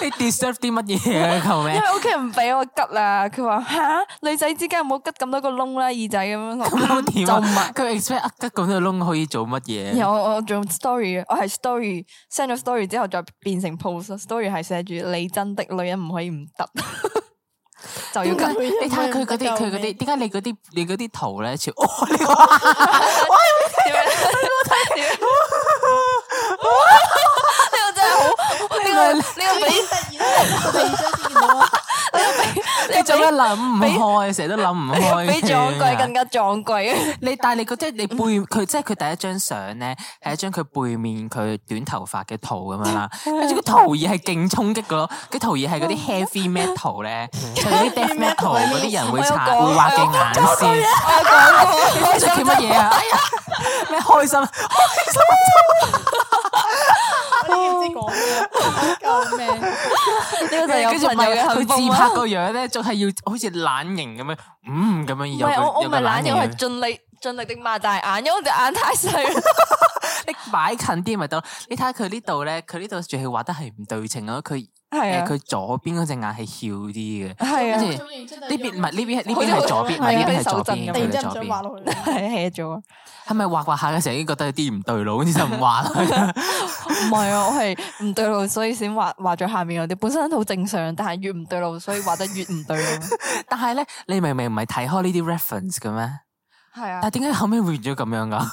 Speaker 1: 你 deserve 啲乜嘢啊？求
Speaker 3: 因
Speaker 1: 咩？
Speaker 3: 為屋企人唔俾我吉啦。佢話吓女仔之間唔好吉咁多個窿啦，耳仔咁樣。我
Speaker 1: 咁
Speaker 3: 嗯
Speaker 1: 點
Speaker 3: 就
Speaker 1: 啊
Speaker 3: 唔係？。
Speaker 1: 佢 expect 呃吉咁多窿可以做乜嘢？
Speaker 3: 然後我我仲 story，我係 story send 咗 story 之後再變成 post，story 係寫住你真的女人唔可以唔得， 就要
Speaker 1: 點解
Speaker 3: 吉。
Speaker 1: 你睇下佢嗰啲
Speaker 2: 救
Speaker 1: 佢嗰
Speaker 2: 命
Speaker 1: 啲，點解你嗰啲你嗰 啲圖咧？全哦呢個
Speaker 3: 點樣點樣個真係好，呢個呢個比
Speaker 2: 突然間，我第二張先見到啊！
Speaker 1: 你做咩諗唔
Speaker 3: 俾
Speaker 1: 開？成日都諗唔開。啊
Speaker 3: 比撞鬼更加撞鬼。
Speaker 1: 你但係你覺得你背
Speaker 3: 嗯
Speaker 1: 佢即係佢第一張相咧，係一張佢背面佢短頭髮嘅圖咁樣 啦，
Speaker 3: 啊
Speaker 1: 跟住個圖意係勁衝擊嘅咯，佢圖意係嗰啲 heavy metal 咧，就係嗰啲 death metal 嗰啲人會擦
Speaker 3: 我有講
Speaker 1: 會畫嘅眼線。
Speaker 3: 我有講 過，
Speaker 1: 你着乜嘢啊？哎 呀，咩開心？
Speaker 2: 我已經唔知講咩啊，救命！
Speaker 3: 呢個就係有啊
Speaker 1: 跟住唔
Speaker 3: 朋友
Speaker 1: 係
Speaker 3: 嘅
Speaker 1: 啊佢
Speaker 3: 幸福
Speaker 1: 自拍
Speaker 3: 啦。
Speaker 1: 個樣咧，仲係要好似懶型咁樣，嗯咁樣
Speaker 3: 唔
Speaker 1: 有
Speaker 3: 係
Speaker 1: 個
Speaker 3: 我我
Speaker 1: 有
Speaker 3: 唔
Speaker 1: 個
Speaker 3: 係
Speaker 1: 懶
Speaker 3: 懶
Speaker 1: 型
Speaker 3: 型，我
Speaker 1: 嘅
Speaker 3: 係。盡力盡力地擘大眼，因為我隻眼太細 啦。
Speaker 1: 你擺近啲咪得咯？你睇下佢呢度咧，佢呢度仲要畫得係唔對稱咯。佢誒
Speaker 3: 係啊
Speaker 1: 佢左邊嗰隻眼係翹啲嘅，
Speaker 3: 係啊
Speaker 1: 跟住呢邊唔係呢邊呢邊係左邊，唔
Speaker 3: 好
Speaker 1: 係
Speaker 3: 似
Speaker 1: 呢邊係
Speaker 3: 手
Speaker 1: 左
Speaker 3: 震
Speaker 1: 邊，佢
Speaker 2: 突然
Speaker 3: 咁
Speaker 1: 係
Speaker 2: 間唔
Speaker 1: 左
Speaker 2: 想畫
Speaker 1: 邊。
Speaker 2: 落去。
Speaker 3: 係 hea 咗啊！
Speaker 1: 係咪畫畫下嘅時候已經覺得有啲唔對路，跟住就唔畫 啦？
Speaker 3: 唔係啊，我係唔對路，所以先畫畫咗下面嗰啲。本身好正常，但係越唔對路，所以畫得越唔 對路。
Speaker 1: 但係咧，你明明唔係睇開呢啲 reference 嘅咩？
Speaker 3: 係啊
Speaker 1: 但係，點解後尾換咗咁樣 噶？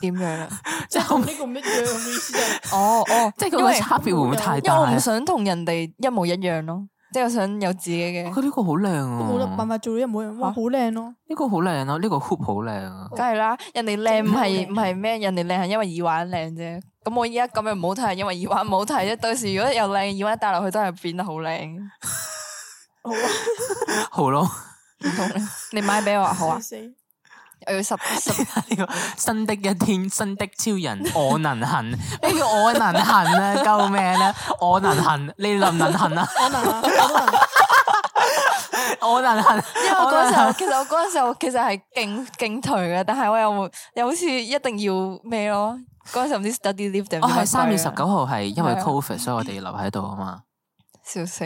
Speaker 3: 點樣啊？
Speaker 1: 即係後
Speaker 2: 同
Speaker 1: 尾
Speaker 2: 呢個唔一樣嘅意思就係
Speaker 3: 哦哦，
Speaker 1: 即係佢
Speaker 3: 因
Speaker 1: 個
Speaker 3: 為
Speaker 1: 差別會唔會太
Speaker 3: 因為
Speaker 1: 大
Speaker 3: 我唔
Speaker 1: 啊？
Speaker 3: 想同人哋一模一樣咯，即係我想有自己嘅，
Speaker 1: 佢呢個好靚
Speaker 2: 都冇得
Speaker 1: 啊！
Speaker 2: 辦法做到一模一樣，哇，
Speaker 3: 嚇
Speaker 2: 好靚咯！
Speaker 1: 呢個好靚咯，呢個 hoop 好靚啊！
Speaker 3: 梗係啦。人哋靚唔係唔係咩？人哋靚係因為耳環靚啫。咁我依家咁樣唔好睇，係因為耳環唔好睇啫。到時如果有靚嘅耳環戴落去，都係變得好靚。唔
Speaker 2: 好啊，
Speaker 1: 好咯，
Speaker 3: 同 你你買俾我啊，好啊
Speaker 2: 笑，死！
Speaker 3: 我要十十
Speaker 1: 呢個新的一天，新的超人，我能行。咩叫我能行啊？救命啊！我能行，你能唔能行 啊？
Speaker 2: 可能啊，可能
Speaker 1: 我能行，
Speaker 3: 因為我
Speaker 1: 我
Speaker 3: 嗰
Speaker 1: 能
Speaker 3: 時候
Speaker 1: 行。
Speaker 3: 其實我嗰時候其實係勁勁頹嘅，但係我又冇又好似一定要咩咯？嗰陣時候唔知啊 study leave 定
Speaker 1: 我哦係
Speaker 3: 係
Speaker 1: 三月十九號係因為
Speaker 3: 係啊
Speaker 1: Covid，所以我哋留喺度啊嘛。
Speaker 3: 笑死！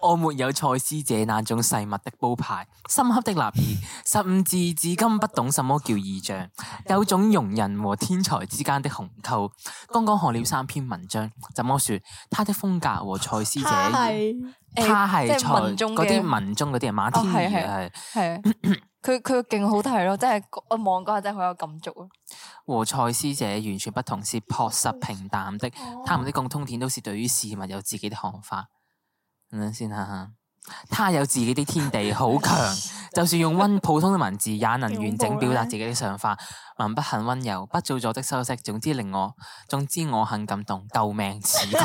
Speaker 1: 我沒有賽斯這那種細密的煲牌，深刻的立意，甚至至今不懂什麼叫異象，有種庸人和天才之間的鴻溝。剛剛看了三篇文章，怎麼說？他的風格和賽斯者，
Speaker 2: 他係
Speaker 3: 誒
Speaker 1: 他係
Speaker 3: 即係
Speaker 1: 賽
Speaker 3: 文中
Speaker 1: 嗰
Speaker 3: 嘅
Speaker 1: 啲文中嗰啲人，馬
Speaker 3: 哦
Speaker 1: 天
Speaker 3: 係
Speaker 1: 宇
Speaker 3: 係
Speaker 1: 係
Speaker 3: 係啊 佢佢勁好睇咯，真係我望嗰下真係好有感觸啊！
Speaker 1: 和賽斯者完全不同，是樸實平淡的。他們的共通點都是對於事物有自己的看法。等等先吓，他有自己的天地，好強。就算用温普通的文字，也能完整表達自己的想法。文筆很温柔，不做作的修飾。總之令我，總之我很感動。救命，詞 窮！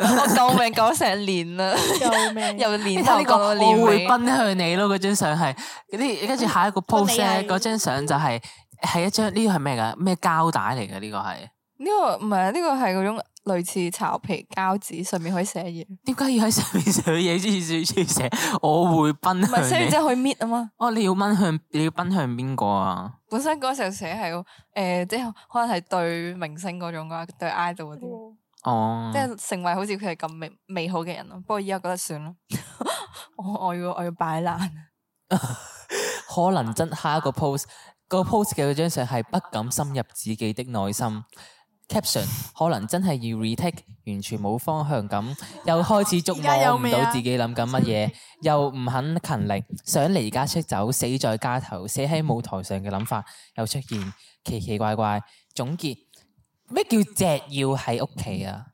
Speaker 3: 我救命救咗成年 啦，
Speaker 2: 救命！
Speaker 3: 由年
Speaker 1: 你
Speaker 3: 頭
Speaker 1: 睇呢
Speaker 3: 講
Speaker 1: 個，
Speaker 3: 到年
Speaker 1: 我會
Speaker 3: 尾，
Speaker 1: 奔向你咯。嗰張相係嗰啲，跟住下一個 post 咧，
Speaker 2: 你係
Speaker 1: 嗰張相就係係一張呢個係咩㗎？咩膠帶嚟㗎？呢個係。
Speaker 3: 呢個唔係啊呢個係嗰種類似巢皮膠紙上面可以寫嘢，
Speaker 1: 點解要喺上面寫嘢？中意中意中意寫，我會奔
Speaker 3: 唔係
Speaker 1: 向
Speaker 3: 寫完
Speaker 1: 你
Speaker 3: 之。後可以搣啊嘛。
Speaker 1: 哦，你要奔向你要奔向邊個啊？
Speaker 3: 本身嗰時候寫係誒，即係可能係對明星嗰種啩，對 idol 嗰啲。
Speaker 1: 哦
Speaker 3: 即，係成為好似佢係咁美美好嘅人咯。不過依家覺得算啦， 我我要我要擺爛。
Speaker 1: 可能真下一個 post 個 post 嘅嗰張相係不敢深入自己的內心。caption 可能真係要 retake，完全冇方向感，又開始捉
Speaker 2: 而家有
Speaker 1: 摸唔
Speaker 2: 未
Speaker 1: 到
Speaker 2: 啊
Speaker 1: 自己諗緊乜 嘢，又唔肯勤力，想離家出走，死在家頭，死喺舞台上嘅諗法又出現，奇奇怪怪。總結咩叫隻要喺屋企啊？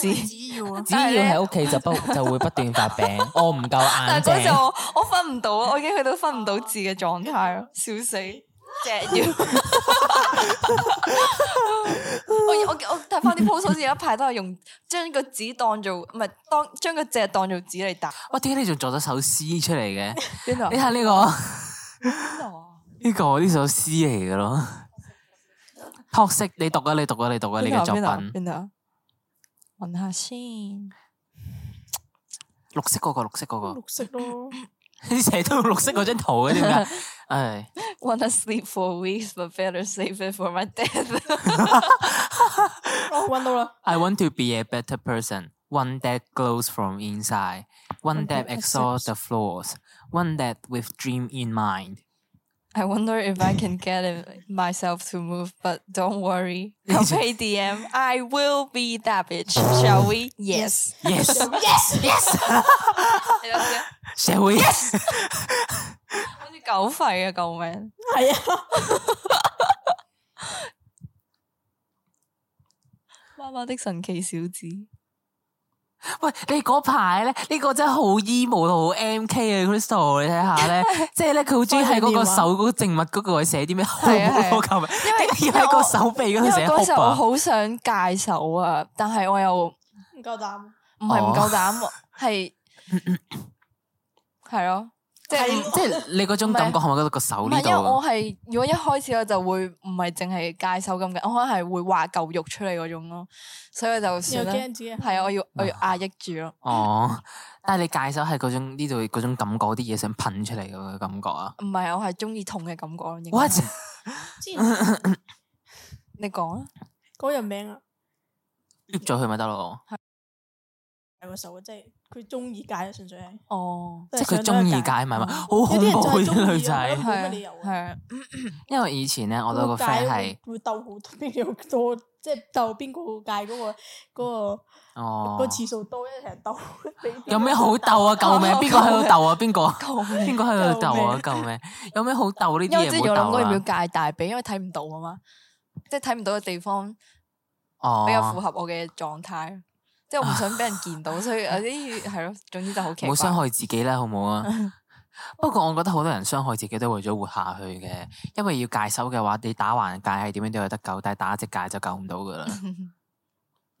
Speaker 2: 只只 要啊，
Speaker 1: 只要喺屋企就 不就會不斷發 病，我唔夠
Speaker 3: 但
Speaker 1: 眼
Speaker 3: 係嗰時
Speaker 1: 睛。
Speaker 3: 候我我瞓唔到啊，我已經去到瞓唔到字嘅狀態咯，笑死！隻要 我我我睇翻啲 post 好似有一排都係用將個紙當做唔係當將個隻當做紙嚟打
Speaker 1: 哇！點解你仲作咗首詩出嚟 嘅？
Speaker 3: 邊度啊
Speaker 1: 你睇下呢個
Speaker 3: 邊度啊？
Speaker 1: 呢個呢首詩嚟嘅咯。托色，你讀啊！你讀啊！你讀啊！你
Speaker 3: 邊度
Speaker 1: 嘅
Speaker 3: 啊
Speaker 1: 作
Speaker 3: 邊度啊
Speaker 1: 品，
Speaker 3: 邊度啊？揾下先，
Speaker 1: 綠色嗰個，綠色嗰 個，
Speaker 2: 綠色咯，
Speaker 1: 你成日都用綠色嗰張圖嘅點解？唉，
Speaker 3: wanna sleep for weeks but better save it for my death。
Speaker 2: 我搵到啦，
Speaker 1: I want to be a better person. One that glows from inside. One that exhausts the flaws. One that with dream in mind.
Speaker 3: I wonder if I can get it myself to move, but don't worry. Come pay DM. I will be that bitch. Shall we? Yes.
Speaker 1: Yes, yes, yes.
Speaker 3: 你諗 下
Speaker 1: 社會 yes。
Speaker 3: 好似狗吠啊！救命！
Speaker 2: 係啊，
Speaker 3: 妈妈的神奇小子，
Speaker 1: 喂，你嗰排咧，呢個真係好 emo 同好 MK 啊，Crystal，你睇下 咧，即係咧佢好中意喺嗰個手嗰個靜物嗰個位寫啲咩好
Speaker 3: 係啊係啊
Speaker 1: 冇咁， 點解要喺個手臂嗰
Speaker 3: 因
Speaker 1: 度
Speaker 3: 为
Speaker 1: 寫
Speaker 3: 嗰时候我
Speaker 1: hope 啊？
Speaker 3: 好想戒手啊，但系我又唔
Speaker 2: 唔夠膽。
Speaker 3: 系唔
Speaker 1: 哦
Speaker 3: 够胆， 系系咯，即系
Speaker 1: 即係你嗰種感覺係咪覺得個手
Speaker 3: 唔
Speaker 1: 呢
Speaker 3: 係，因為我
Speaker 1: 度？啊
Speaker 3: 係如果一開始我就會唔係淨係戒手咁嘅，我可能係會畫嚿肉出嚟嗰種咯，所以我就
Speaker 2: 又
Speaker 3: 算啦。
Speaker 2: 驚自己
Speaker 3: 係啊，我要我要壓抑住咯，
Speaker 1: 哦，
Speaker 3: 嗯
Speaker 1: 但係你戒手係嗰種呢度嗰種感覺，啲嘢想噴出嚟嗰個感覺啊
Speaker 3: 唔係我係中意痛嘅感覺咯。應該
Speaker 1: ！What？
Speaker 3: 係
Speaker 2: 之前
Speaker 3: 你講啊啦，
Speaker 2: 嗰人名啊，
Speaker 1: 搣咗佢咪得咯？
Speaker 2: 係個手即係佢中意戒啊，純粹係。
Speaker 3: 哦，
Speaker 1: 即係佢中意戒咪咪，好恐
Speaker 2: 有啲人
Speaker 1: 怖
Speaker 2: 就係中
Speaker 1: 啲
Speaker 2: 意
Speaker 1: 女仔
Speaker 2: 係啊。
Speaker 3: 係
Speaker 2: 冇乜
Speaker 3: 啊
Speaker 2: 理由啊
Speaker 3: 係啊，
Speaker 1: 因為以前咧，我都有個
Speaker 2: 戒
Speaker 1: friend
Speaker 2: 會
Speaker 1: 係
Speaker 2: 會鬥好多邊個多，即係鬥邊個戒嗰個嗰個
Speaker 1: 哦
Speaker 2: 嗰，個次數多，一齊鬥。
Speaker 1: 有咩好鬥啊？ 救命！邊個喺度鬥啊？邊個？
Speaker 3: 痛。
Speaker 1: 邊個喺度鬥啊？救命！有咩好鬥啊呢
Speaker 3: 因
Speaker 1: 啲
Speaker 3: 為
Speaker 1: 嘢
Speaker 3: 我之前
Speaker 1: 唔
Speaker 3: 有諗
Speaker 1: 好
Speaker 3: 過要唔要
Speaker 1: 鬥啦。
Speaker 3: 戒大髀，因為睇唔到啊嘛，即係睇唔到嘅地方
Speaker 1: 哦，
Speaker 3: 比較符合我嘅狀態，即係我唔想俾人 見到，所以有啲係咯，總之就好奇
Speaker 1: 冇
Speaker 3: 怪。
Speaker 1: 傷害自己啦，好唔好 啊？不過我覺得好多人傷害自己都為咗活下去嘅，因為要戒手嘅話，你打橫戒係點樣都有得救，但係打一隻戒就救唔到 噶啦。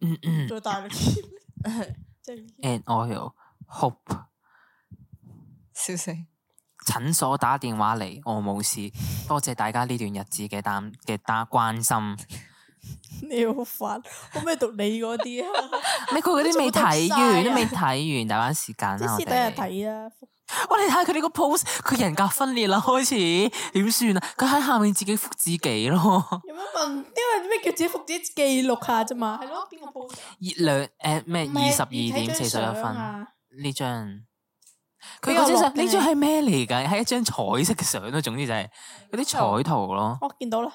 Speaker 1: 嗯嗯
Speaker 2: 最大力，即係
Speaker 1: ，and oil hope。
Speaker 3: 笑死，
Speaker 1: 診所打電話嚟，我冇事，多謝大家呢段日子嘅擔嘅擔關心。
Speaker 2: 你好煩，我咩讀你嗰啲啊？
Speaker 1: 你佢嗰啲未睇
Speaker 2: 好似冇讀晒啊
Speaker 1: 完，都未睇完，大把時間
Speaker 2: 即
Speaker 1: 啦。
Speaker 2: 係
Speaker 1: 我
Speaker 2: 私底下
Speaker 1: 哋，
Speaker 2: 睇啊，
Speaker 1: 我哋睇下佢哋個 post，佢人格分裂啦，開始點算啊？佢喺下面自己覆自己咯。
Speaker 2: 有咩問？因為咩叫自己復自己記錄下啫嘛？係咯，邊個報？
Speaker 1: 熱兩誒咩
Speaker 2: 唔
Speaker 1: 二
Speaker 2: 係
Speaker 1: 十二
Speaker 2: 你
Speaker 1: 點
Speaker 2: 睇
Speaker 1: 四十一
Speaker 2: 張相
Speaker 1: 分
Speaker 2: 啊
Speaker 1: 呢張。佢
Speaker 2: 比較
Speaker 1: 嗰張
Speaker 2: 落
Speaker 1: 相
Speaker 2: 嘅
Speaker 1: 呢張係咩嚟㗎？係一張彩色嘅相咯，總之就係嗰啲彩圖 咯。
Speaker 2: 我哦見到啦，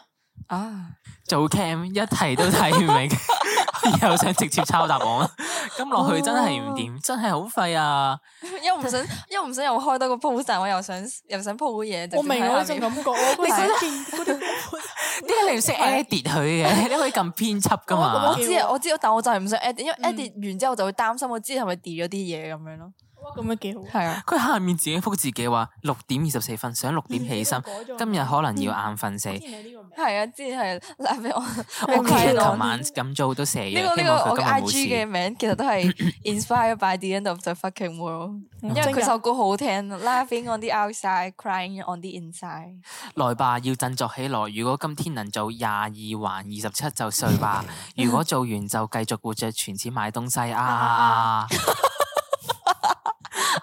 Speaker 3: 啊！
Speaker 1: 做 cam 一提都睇唔 明，又想直接抄答案，咁落去真係唔掂，真係好廢啊！
Speaker 3: 又唔想，又唔想又開多個 post，但我又想又想 po 嘢。
Speaker 2: 我明啊我
Speaker 3: 呢
Speaker 2: 呢種感覺，我嗰時見嗰啲
Speaker 1: 點解你唔識 edit 佢嘅？你可以撳編輯噶
Speaker 2: 我
Speaker 3: 我
Speaker 1: 嘛
Speaker 2: 覺？
Speaker 3: 知啊，我知道，但我就係唔想 edit，因為
Speaker 2: 嗯
Speaker 3: edit 完之後就會擔心我之後係咪 delete 咗啲嘢咁樣咯。
Speaker 2: 咁樣幾好。
Speaker 3: 係啊，
Speaker 1: 佢下面自己覆自己話六點二十四分，想六點起身，今日可能要晏瞓死。
Speaker 2: 今日呢個名
Speaker 3: 係啊，之前係嗱俾我
Speaker 1: 屋企人
Speaker 3: 呢
Speaker 1: 琴晚咁做都射
Speaker 3: 呢個
Speaker 1: 嘢，
Speaker 3: 呢
Speaker 1: 希
Speaker 3: 個
Speaker 1: 望佢
Speaker 3: 我嘅
Speaker 1: 今
Speaker 3: IG
Speaker 1: 日
Speaker 3: 嘅
Speaker 1: 冇事。
Speaker 3: 名其實都係 inspired by the end of the fucking world，因
Speaker 1: 嗯
Speaker 3: 為
Speaker 2: 真
Speaker 3: 佢
Speaker 2: 㗎
Speaker 3: 首歌好好聽，laughing on the outside，crying on the inside。
Speaker 1: 來吧，要振作起來。如果今天能做廿二還二十七就睡 吧。如果做完就繼續活着，存錢買東西 啊！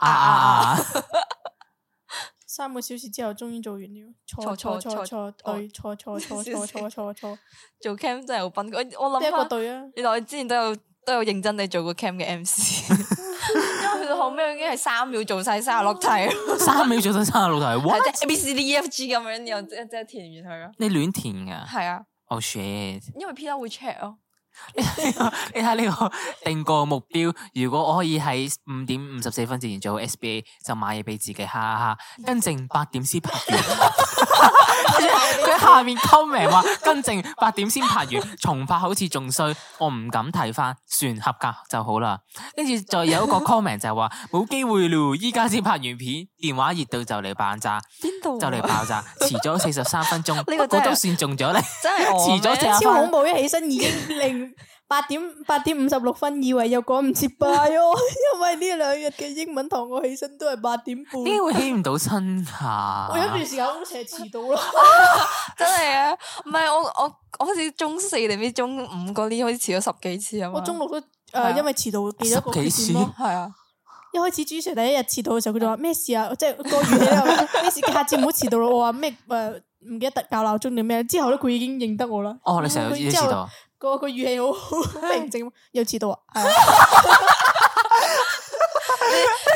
Speaker 1: 啊啊！
Speaker 2: 三個小時之後終於做完了，錯
Speaker 3: 錯
Speaker 2: 錯錯
Speaker 3: 錯
Speaker 2: 錯
Speaker 3: 錯
Speaker 2: 對錯錯錯錯錯錯錯，
Speaker 3: 做 cam 真係好崩潰，我我
Speaker 2: 邊一
Speaker 3: 諗
Speaker 2: 個
Speaker 3: 翻。
Speaker 2: 對啊？
Speaker 3: 原來我之前都有都有認真地做過 cam 嘅 MC，因為去到後尾已經係三秒做晒三十六題，係
Speaker 1: 三秒做到三十六題，哇！
Speaker 3: 即係 A B C D E F G 咁樣，又即即係填完佢咯。
Speaker 1: 你亂填噶？
Speaker 3: 係啊，
Speaker 1: 哦 shit！
Speaker 3: 因為 P R 會 check 咯，
Speaker 1: 你睇呢個定個目標，如果我可以喺五點五十四分之前做好 SBA，就買嘢俾自己，哈哈哈！跟正八點先拍完，佢下面 comment 話跟正八點先拍完，重拍好似仲衰，我唔敢睇翻，算合格就好啦。跟住再有一個 comment 就係話冇機會咯，依家先拍完片，電話熱到就嚟爆炸，
Speaker 3: 邊度
Speaker 1: 就嚟爆炸，遲咗四十三分鐘，
Speaker 3: 個
Speaker 1: 不過
Speaker 3: 真係
Speaker 1: 都算中咗咧。
Speaker 3: 真係我
Speaker 1: 遲咗
Speaker 3: 咩
Speaker 1: 隻眼
Speaker 2: 超恐怖！一起身已經零八點八點五十六分，以為又趕唔切拜咯， 因為呢兩日嘅英文堂我起身都係八點半。
Speaker 1: 點解會起唔到身噶？
Speaker 2: 我有一段時間好似係遲到咯，
Speaker 3: 真係啊！唔係我我我好似中四定唔知中五嗰年，好似遲咗十幾次啊嘛。
Speaker 2: 我中六都呃
Speaker 3: 係啊
Speaker 2: 誒，因為遲到記咗個
Speaker 1: 十
Speaker 2: 缺
Speaker 1: 幾次
Speaker 2: 點咯。
Speaker 3: 係啊，
Speaker 2: 一開始 G Sir 第一日遲到嘅時候，佢就話咩事啊？即係個語氣咧話咩事？ 下次唔好遲到啦！我話咩誒唔記得特教鬧鐘定咩？之後咧佢已經認得我啦。嗯
Speaker 1: 哦，你成日
Speaker 2: 佢
Speaker 1: 都知
Speaker 2: 之後
Speaker 3: 啊
Speaker 1: 道，
Speaker 2: 個個語氣啊好好平靜，又遲到啊！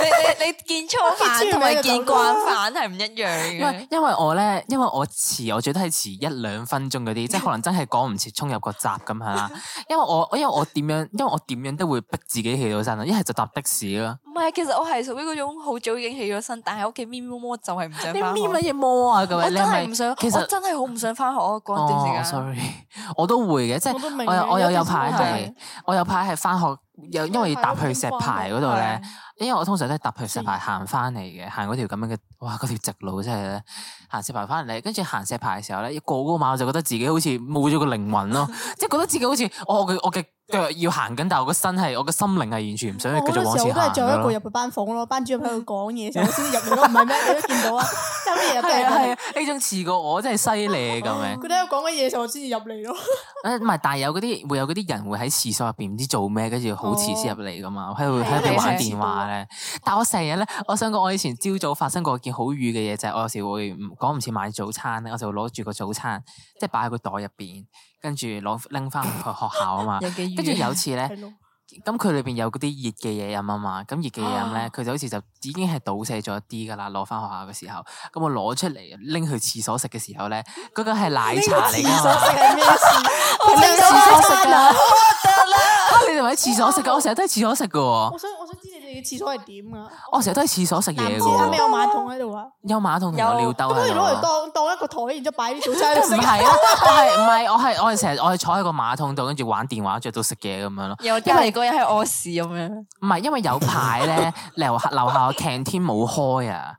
Speaker 3: 你你見初 犯同埋見慣犯係唔一樣
Speaker 1: 因為
Speaker 3: 嘅。
Speaker 1: 因為我咧，因為我遲，我最多係遲一兩分鐘嗰啲，即係可
Speaker 3: 嗯
Speaker 1: 能真係趕唔切衝入個閘咁樣 啦。因為我因為我點樣，因為我點樣都會逼自己起到身啦，啊一係就搭的士啦。
Speaker 3: 唔係，其實我係屬於嗰種好早已經起咗身，但係屋企咪咪摸摸就係唔想
Speaker 1: 你
Speaker 3: 翻學。
Speaker 1: 搣乜嘢魔啊？咁
Speaker 3: 我
Speaker 1: 樣你
Speaker 3: 真
Speaker 1: 係
Speaker 3: 係
Speaker 1: 咪
Speaker 3: 唔想，
Speaker 1: 其
Speaker 3: 我
Speaker 1: 實
Speaker 3: 真係好唔想翻學啊！嗰
Speaker 1: 哦
Speaker 3: 段時間。
Speaker 1: ，sorry，我都會嘅，即
Speaker 2: 我都
Speaker 1: 係
Speaker 2: 明
Speaker 1: 我有
Speaker 2: 嘅
Speaker 1: 我有
Speaker 2: 有啊
Speaker 1: 有
Speaker 2: 陣時
Speaker 1: 排
Speaker 3: 都
Speaker 1: 係
Speaker 3: 係，
Speaker 1: 我有排係翻學，又因為要搭去石排嗰度咧，
Speaker 3: 啊
Speaker 1: 因為我通常都係搭去石排行翻嚟嘅，行嗰條咁樣嘅，哇，嗰條直路真係咧，行石排翻嚟，跟住行石排嘅時候咧，要過嗰個馬路就覺得自己好似冇咗個靈魂 咯，即係覺得自己好似哦我我嘅我嘅腳要行緊，但係我個身係我嘅心靈係完全唔想
Speaker 2: 我
Speaker 1: 繼
Speaker 2: 好
Speaker 1: 續
Speaker 2: 多
Speaker 1: 往
Speaker 2: 時候
Speaker 1: 前
Speaker 2: 都係
Speaker 1: 行
Speaker 2: 最後一個
Speaker 1: 咯
Speaker 2: 入。去班房 咯，班主任喺度講嘢嘅時候我先入嚟咯，唔係咩？你都見到啊，真係入
Speaker 1: 係啊係
Speaker 2: 嚟。
Speaker 1: 啊，呢種遲過我真係犀利咁樣。
Speaker 2: 佢哋喺度講緊嘢嘅時候，我先至入嚟咯。
Speaker 1: 誒唔係，但係有嗰啲會有嗰啲人會喺廁所入邊唔知做咩，跟住好遲先入嚟噶嘛，喺度
Speaker 2: 哦係啊
Speaker 1: 喺
Speaker 3: 係
Speaker 1: 度玩
Speaker 3: 係
Speaker 1: 電話咧。但我成日咧，我想講我以前朝早發生過件好瘀嘅嘢，就係、我有時會唔講唔切買早餐咧，我就會攞住個早餐即係擺喺個袋入邊，跟住攞拎翻去學校啊 嘛。
Speaker 3: 有幾
Speaker 1: 跟住有次咧
Speaker 2: 係咯，
Speaker 1: 咁佢裏邊有嗰啲熱嘅嘢飲啊嘛，咁熱嘅嘢飲
Speaker 2: 啊
Speaker 1: 咧，佢就好似就已經係倒瀉咗一啲噶啦，攞翻學校嘅時候，咁我攞出嚟拎去廁所食嘅時候咧，嗰、個係奶茶嚟
Speaker 2: 廁所
Speaker 1: 噶
Speaker 2: 食係咩事？
Speaker 1: 哦 我
Speaker 2: 拎
Speaker 1: 廁
Speaker 2: 咗
Speaker 1: 所
Speaker 2: 餐
Speaker 1: 食
Speaker 2: 啊
Speaker 1: 噶，啊你哋咪喺廁所食噶？我成日都喺廁所食噶喎，
Speaker 2: 我想我想知你哋嘅廁所係點噶？
Speaker 1: 我成日都喺廁所食嘢
Speaker 2: 男
Speaker 1: 噶
Speaker 2: 廁係
Speaker 1: 喎，
Speaker 2: 咪有馬桶喺度啊？
Speaker 1: 有馬桶同有
Speaker 3: 有
Speaker 1: 尿兜
Speaker 2: 咁可以
Speaker 1: 喺
Speaker 2: 攞
Speaker 1: 度
Speaker 2: 嚟
Speaker 1: 啊。
Speaker 2: 當當一個台，然之後擺啲早餐喺度
Speaker 1: 唔
Speaker 2: 食。
Speaker 1: 係啊，我係唔係我係我係成日我係坐喺個馬桶度，跟住玩電話，着到食嘢咁樣咯。
Speaker 3: 有隔離嗰人係屙屎咁樣，
Speaker 1: 唔係因為有排咧 樓下樓下個 canteen 冇開啊，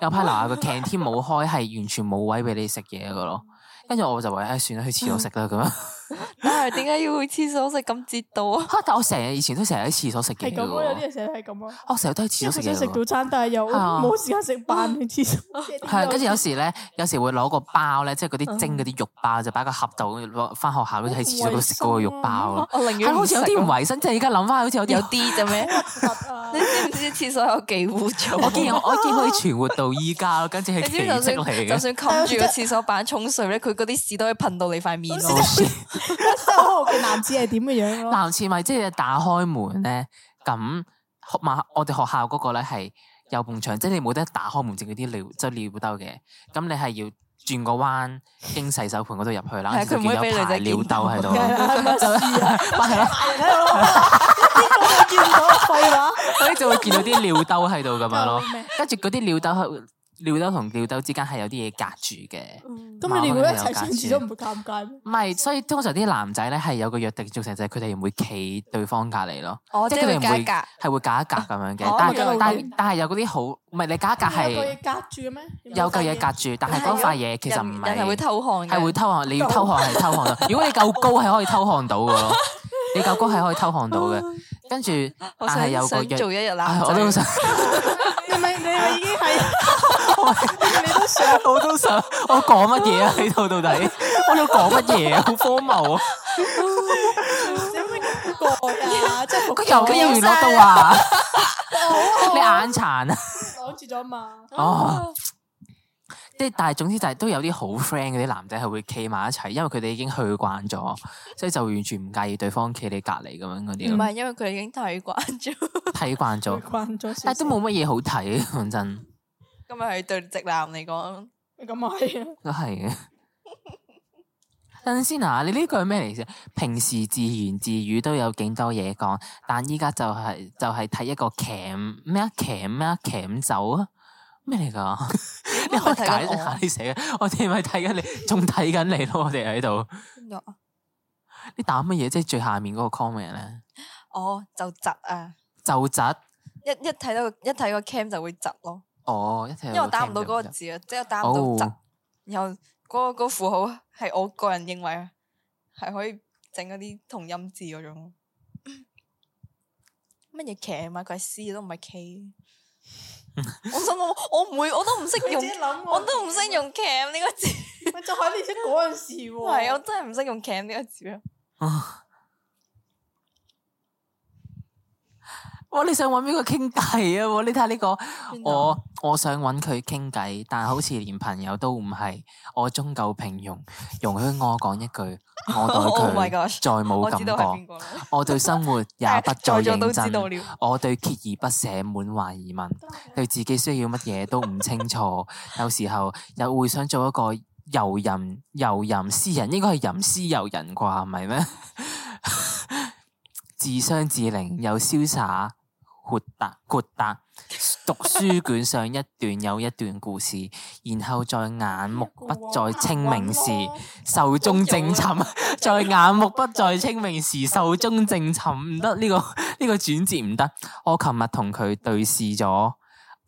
Speaker 1: 有排樓下個 canteen 冇開係完全冇位俾你食嘢噶咯。跟住我就話唉，算啦，去廁所食啦咁樣。
Speaker 2: 嗯
Speaker 3: 但係點解要去廁所食咁折墮啊？
Speaker 1: 嚇！ 但我成日以前都成日喺廁所食嘢
Speaker 2: 係
Speaker 1: 㗎
Speaker 2: 咁咯，有啲
Speaker 1: 喎，
Speaker 2: 人成日係咁啊。
Speaker 1: 我成日都喺廁
Speaker 2: 因
Speaker 1: 所
Speaker 2: 為
Speaker 1: 食
Speaker 2: 佢
Speaker 1: 嘢
Speaker 2: 想
Speaker 1: 㗎
Speaker 2: 食
Speaker 1: 喎
Speaker 2: 早餐，但係又
Speaker 1: 係啊
Speaker 2: 冇時間食飯去廁所。
Speaker 1: 係，啊跟住有時咧，有時會攞個包咧，即係嗰
Speaker 3: 嗯
Speaker 1: 啲蒸嗰啲肉包，就擺個盒度，攞翻學校嗰啲喺廁所度食嗰個肉包咯。
Speaker 3: 我寧
Speaker 1: 係
Speaker 3: 願
Speaker 1: 好
Speaker 3: 唔
Speaker 1: 似
Speaker 3: 食
Speaker 1: 有啲唔
Speaker 3: 啊。
Speaker 1: 衞生，即係而家諗翻，好似有
Speaker 3: 有
Speaker 1: 啲。
Speaker 3: 啲啫咩？你知唔知廁所有幾污糟？
Speaker 1: 我見我見可以存活到依家咯，跟住係
Speaker 3: 你知
Speaker 1: 奇
Speaker 3: 唔知
Speaker 1: 蹟
Speaker 3: 就
Speaker 1: 嚟
Speaker 3: 算
Speaker 1: 嘅。
Speaker 3: 就算冚住個廁所板沖水咧，佢嗰啲屎都可以噴到你塊面
Speaker 1: 好
Speaker 3: 度。
Speaker 1: 笑
Speaker 2: 真係好好奇男子係點嘅 樣咯。
Speaker 1: 男廁咪即係打開門咧，咁學馬我哋學校嗰個咧係有埲牆，即係你冇得打開門淨嗰啲尿即係尿兜嘅，咁你係要轉個彎經洗手盆嗰度入去啦，
Speaker 3: 係
Speaker 1: 跟住
Speaker 3: 佢唔可以
Speaker 1: 就見
Speaker 3: 俾
Speaker 1: 有排尿
Speaker 3: 女仔見
Speaker 1: 兜
Speaker 3: 到
Speaker 1: 喺度
Speaker 2: 梗係
Speaker 1: 咯，
Speaker 2: 啦
Speaker 1: 就咪係咯，
Speaker 2: 係 喺度咯，見到廢話。
Speaker 1: 所以就會見到啲尿兜喺度咁 樣咯
Speaker 2: 救命，
Speaker 1: 跟住嗰啲尿兜係尿兜同尿兜之間係有啲嘢隔住嘅。
Speaker 2: 咁你哋如果一齊上廁所唔會尷尬咩？
Speaker 1: 唔係，所以通常啲男仔咧係有個約定俗成，就係佢哋唔會企對方隔離咯。係佢哋
Speaker 3: 哦即
Speaker 1: 唔
Speaker 3: 係會
Speaker 1: 會
Speaker 3: 隔一
Speaker 1: 係會隔一隔咁樣
Speaker 3: 哦
Speaker 1: 嘅。但係
Speaker 2: 咁樣
Speaker 1: 但
Speaker 2: 會
Speaker 1: 係但係有嗰啲好，唔係你隔一隔
Speaker 2: 有
Speaker 1: 係
Speaker 2: 嚿嘢隔住嘅咩？
Speaker 1: 有嚿嘢隔住，但係嗰塊嘢其實唔
Speaker 3: 人人係會
Speaker 1: 係
Speaker 3: 偷汗嘅，
Speaker 1: 係會偷汗，你要偷汗係偷汗 到。如果你夠高係可以偷汗到嘅咯，你夠高係可以偷汗到嘅。跟住
Speaker 3: 我
Speaker 1: 但啊係有
Speaker 3: 想
Speaker 1: 個
Speaker 3: 想
Speaker 1: 約
Speaker 3: 做一日
Speaker 1: 唉
Speaker 3: 男
Speaker 1: 我都
Speaker 3: 仔
Speaker 1: 想，
Speaker 2: 你咪你咪已經係
Speaker 1: 你都想，我都想，我講乜嘢啊？喺度到底我哋講乜嘢啊？好荒謬啊！
Speaker 2: 有咩感覺㗎？即係
Speaker 1: 佢又
Speaker 3: 佢有哦
Speaker 1: 佢娛
Speaker 3: 晒
Speaker 1: 樂到啊！你眼殘啊！
Speaker 2: 擋住咗嘛？
Speaker 1: 哦，即係但係總之就係都有啲好 friend 嗰啲男仔係會企埋一齊，因為佢哋已經去慣咗，所以就完全唔介意對方企你隔離咁樣嗰
Speaker 3: 唔嗯
Speaker 1: 啲咯，
Speaker 3: 係因為佢已經睇慣咗，
Speaker 1: 睇慣咗，
Speaker 2: 慣咗少
Speaker 1: 但係都冇乜嘢好睇，講真
Speaker 3: 咁咪係對直男嚟講，
Speaker 2: 咁啊係啊，
Speaker 1: 都係嘅。等陣先啊！你呢句係咩嚟先？平時自言自語都有幾多嘢講，但依家就係、就係、睇一個鉗咩啊鉗咩啊鉗走啊咩嚟㗎？ 你可以
Speaker 3: 睇
Speaker 1: 解
Speaker 3: 緊
Speaker 1: 釋
Speaker 3: 我
Speaker 1: 下你寫嘅，我哋咪睇緊你，仲睇緊你咯，我哋喺度。
Speaker 3: 邊個啊
Speaker 1: 你打乜嘢？即係最下面嗰個 comment 咧，
Speaker 3: 哦就窒啊，
Speaker 1: 就窒。
Speaker 3: 一一睇到一睇個 cam 就會窒咯，
Speaker 1: 哦，一睇
Speaker 3: 因為我打唔到嗰個
Speaker 1: 就
Speaker 3: 字啊，即係我打唔到窒，然後嗰個嗰個符號係我個人認為係可以整嗰啲同音字嗰種。 乜嘢騎啊？佢係 C 都唔係 K。我心諗我唔會，我都唔識
Speaker 2: 你
Speaker 3: 用
Speaker 2: 自己諗喎
Speaker 3: 我都唔識用 cam 呢個字，
Speaker 2: 咪就喺你識嗰陣時喎。
Speaker 3: 係我真係唔識用啊 cam 呢個字啊！
Speaker 1: 啊 哇！你想揾邊個傾偈啊？喎你睇下呢個，
Speaker 3: 哦啊
Speaker 1: 我我想揾佢傾偈，但好似連朋友都唔係。我終究平 庸，容許我講一句，我
Speaker 3: Oh my
Speaker 1: 對佢
Speaker 3: gosh，
Speaker 1: 再冇
Speaker 3: 我
Speaker 1: 感
Speaker 3: 知道係邊
Speaker 1: 覺，
Speaker 3: 個啦。
Speaker 1: 我對生活 也不再
Speaker 3: 在座都
Speaker 1: 認
Speaker 3: 知道
Speaker 1: 真。
Speaker 3: 了，
Speaker 1: 我對鍥而不捨滿懷疑問，對自己需要乜嘢都唔清楚。有時候又會想做一個游吟游吟詩人，應該係吟詩游人啩，唔係咩？自傷自靈又瀟灑，豁達豁達。讀書卷上一段又一段故事，然後在眼目不再清明時，壽終正寢。在眼目不再清明時，壽終正寢。唔得呢個 呢個轉折唔得。我琴日同佢對視咗，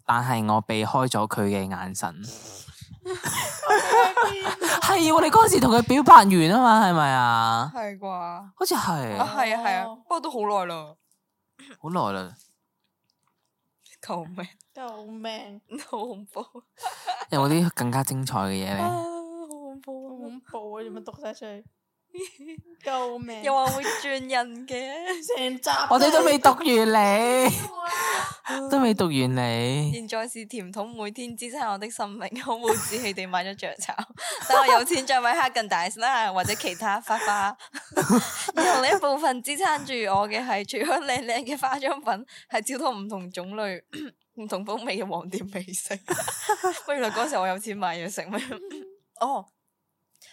Speaker 1: 但係我避開咗佢嘅眼神。係喎，你嗰陣時同佢表白完啊嘛，係咪啊？
Speaker 3: 係啩？啊
Speaker 1: 好似係
Speaker 3: 係啊係啊，不過都好耐啦，
Speaker 1: 好耐啦。
Speaker 3: 救命，
Speaker 2: 救命，
Speaker 3: 好恐怖啊！
Speaker 1: 有冇啲更加精彩嘅嘢
Speaker 3: 好
Speaker 1: 咧？
Speaker 3: 啊恐
Speaker 2: 好
Speaker 3: 怖啊！
Speaker 2: 恐怖啊！做乜讀晒出嚟？救命！
Speaker 3: 又話會轉人嘅，
Speaker 2: 成集
Speaker 1: 我哋都未讀完你，都未讀完你。
Speaker 3: 現在是甜筒每天支撐我的生命， 好冇志氣地買咗雀巢。 等我有錢再買哈根達斯啦，或者其他花花。 然後呢一部分支撐住我嘅係，除咗靚靚嘅化妝品，係照到唔同種類、 唔同風味嘅黃店美食。 不如來嗰時候我有錢買嘢食咩？
Speaker 1: 嗯
Speaker 3: 哦，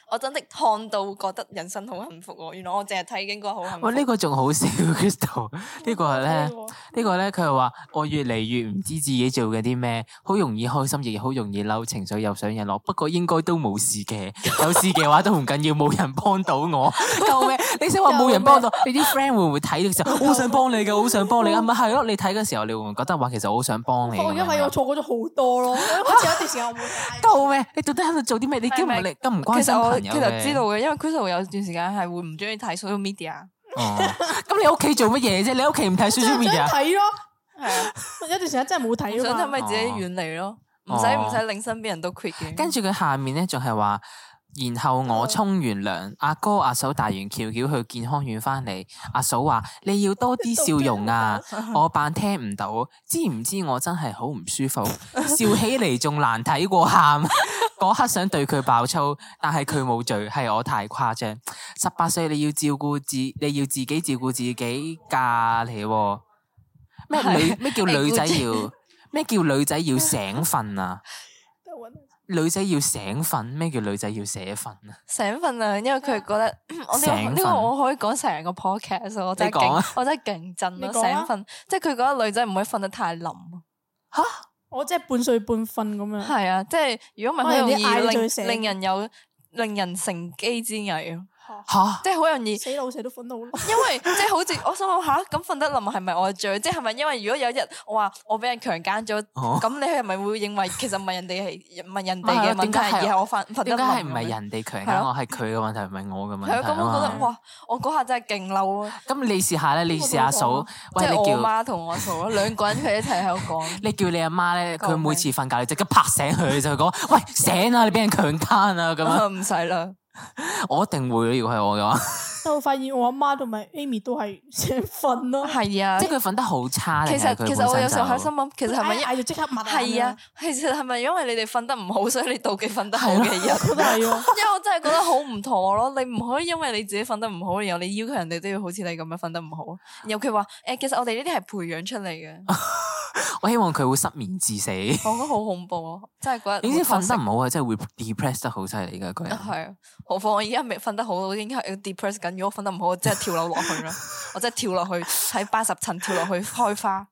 Speaker 3: 我真的看到覺得人生好幸福喎、原來我淨係睇景覺得好幸福。
Speaker 1: 哇！哦呢個仲好笑，Crystal。呢個
Speaker 2: 哎
Speaker 1: 係咧。呢個咧，佢係話我越嚟越唔知自己做緊啲咩，好容易開心，亦好容易嬲，情緒又上又落。不過應該都冇事 嘅，有事嘅話都唔緊要，冇人幫到我。救命！你想話冇人幫到你啲 friend 會唔會睇嘅時 候，好想幫你嘅，好想幫你啊？咪係咯，你睇嘅時候，你會唔會覺得話其實我好想幫你咁樣？
Speaker 2: 我而家發哎現我錯過咗好多咯，好似有一段時間我冇睇。
Speaker 1: 救命！你到底喺度做啲咩？你根
Speaker 3: 唔係
Speaker 1: 本
Speaker 3: 唔係
Speaker 1: 你咁唔關
Speaker 3: 其
Speaker 1: 心
Speaker 3: 實我
Speaker 1: 朋
Speaker 3: 其
Speaker 1: 友
Speaker 3: 實
Speaker 1: 嘅。
Speaker 3: 知道嘅，因為 Crystal 有段時間係會唔中意睇 social media。
Speaker 1: 哦。咁你屋企做乜嘢啫？你屋企唔睇 social
Speaker 2: 真係想
Speaker 1: media？
Speaker 2: 睇咯，
Speaker 3: 係啊，
Speaker 2: 有一段時間真係冇睇
Speaker 3: 想
Speaker 2: 啊
Speaker 3: 睇
Speaker 2: 嘛
Speaker 3: 咪。自己遠離咯，唔使唔
Speaker 1: 哦
Speaker 3: 使令身邊人都 quit 嘅。
Speaker 1: 跟住佢下面咧仲係話，然後我沖完涼，阿哥阿嫂帶完喬喬去健康院翻嚟，阿嫂話你要多啲笑容 啊！我扮聽唔到，知唔知我真係好唔舒 服，笑起嚟仲難睇過喊。 嗰刻想對佢爆粗，但係佢冇罪，係我太誇張。十八歲你要照顧自，你要自己照顧自己㗎你喎。咩女咩叫女仔要咩叫女仔要醒瞓啊？
Speaker 2: 都搵到
Speaker 1: 女仔要醒瞓，咩叫女仔要寫瞓啊？
Speaker 3: 醒瞓啊，因為佢 覺得我呢個
Speaker 1: 醒
Speaker 3: 呢
Speaker 1: 瞓
Speaker 3: 個我可以講成個 podcast 啊我真
Speaker 1: 你
Speaker 3: 係
Speaker 1: 講
Speaker 3: 勁
Speaker 1: 啊，
Speaker 3: 我真係勁震
Speaker 2: 你
Speaker 3: 咯！醒
Speaker 2: 講啊
Speaker 3: 瞓，即係佢覺得女仔唔可以瞓得太冧啊。
Speaker 2: 我真係半睡半瞓咁
Speaker 1: 嗯
Speaker 2: 樣。
Speaker 3: 係啊，即係如果唔係
Speaker 2: 可能
Speaker 3: 好容
Speaker 2: 啲嗌你就會
Speaker 3: 易
Speaker 2: 醒
Speaker 3: 令令人有令人乘機之危啊，
Speaker 1: 吓，
Speaker 3: 即係好容易。
Speaker 2: 死老死都瞓到好耐。
Speaker 3: 因為即係好似我心諗吓，咁瞓得冧係咪我嘅罪？即係咪因為如果有一日我話我俾人強姦咗，
Speaker 1: 哦
Speaker 3: 咁你係咪會認為其實唔係人哋係唔係人哋
Speaker 1: 係
Speaker 3: 嘅
Speaker 1: 啊
Speaker 3: 問
Speaker 1: 點
Speaker 3: 題，
Speaker 1: 解係
Speaker 3: 而係我瞓瞓得冧
Speaker 1: 點解係唔
Speaker 3: 咁樣
Speaker 1: 係？人哋強
Speaker 3: 係
Speaker 1: 姦
Speaker 3: 咯
Speaker 1: 我？係佢嘅問題，唔係我嘅問
Speaker 3: 係啊，
Speaker 1: 題
Speaker 3: 咁
Speaker 1: 啊
Speaker 3: 我覺得
Speaker 1: 嘛。
Speaker 3: 哇，我嗰下真係勁嬲咯，
Speaker 1: 咁你試下咧，你試下嫂，
Speaker 3: 啊即
Speaker 1: 喂，
Speaker 3: 係
Speaker 1: 你
Speaker 3: 我
Speaker 1: 叫
Speaker 3: 媽同我嘈咯，兩個人佢一齊喺度講。
Speaker 1: 你叫你阿媽咧，
Speaker 3: 救
Speaker 1: 佢
Speaker 3: 命
Speaker 1: 每次瞓覺，你即刻拍醒佢，就講喂醒啊，你俾人強姦啊咁 樣。
Speaker 3: 唔使啦，
Speaker 1: 我一定會，如果係我嘅話，
Speaker 2: 但我發現我阿媽同埋 Amy 都係成日瞓咯，
Speaker 3: 係啊，
Speaker 1: 即係佢瞓得好差。
Speaker 3: 其
Speaker 1: 實
Speaker 3: 實其實我有時候喺心諗，其實係咪因
Speaker 2: 嗌就哎即刻擘大眼
Speaker 3: 係啊？其實係咪因為你哋瞓得唔好，所以你妒忌瞓得好嘅人？
Speaker 2: 咁樣？都係啊，
Speaker 3: 因為我真係覺得好唔妥咯，你唔可以因為你自己瞓得唔好，然後你要求人哋都要好似你咁樣瞓得唔好。然後佢話：誒，其實我哋呢啲係培養出嚟嘅，
Speaker 1: 我希望佢會失眠致死。你
Speaker 3: 我覺得好恐怖咯，真係覺得。
Speaker 1: 知瞓得唔好啊，真係會 depress 得好犀利㗎個人。
Speaker 3: 係啊，何況我而家未瞓得好，我已經係 depress 緊。如果瞓得唔好，我真係跳樓落 去啦！我真係跳落去喺八十層跳落去開 花。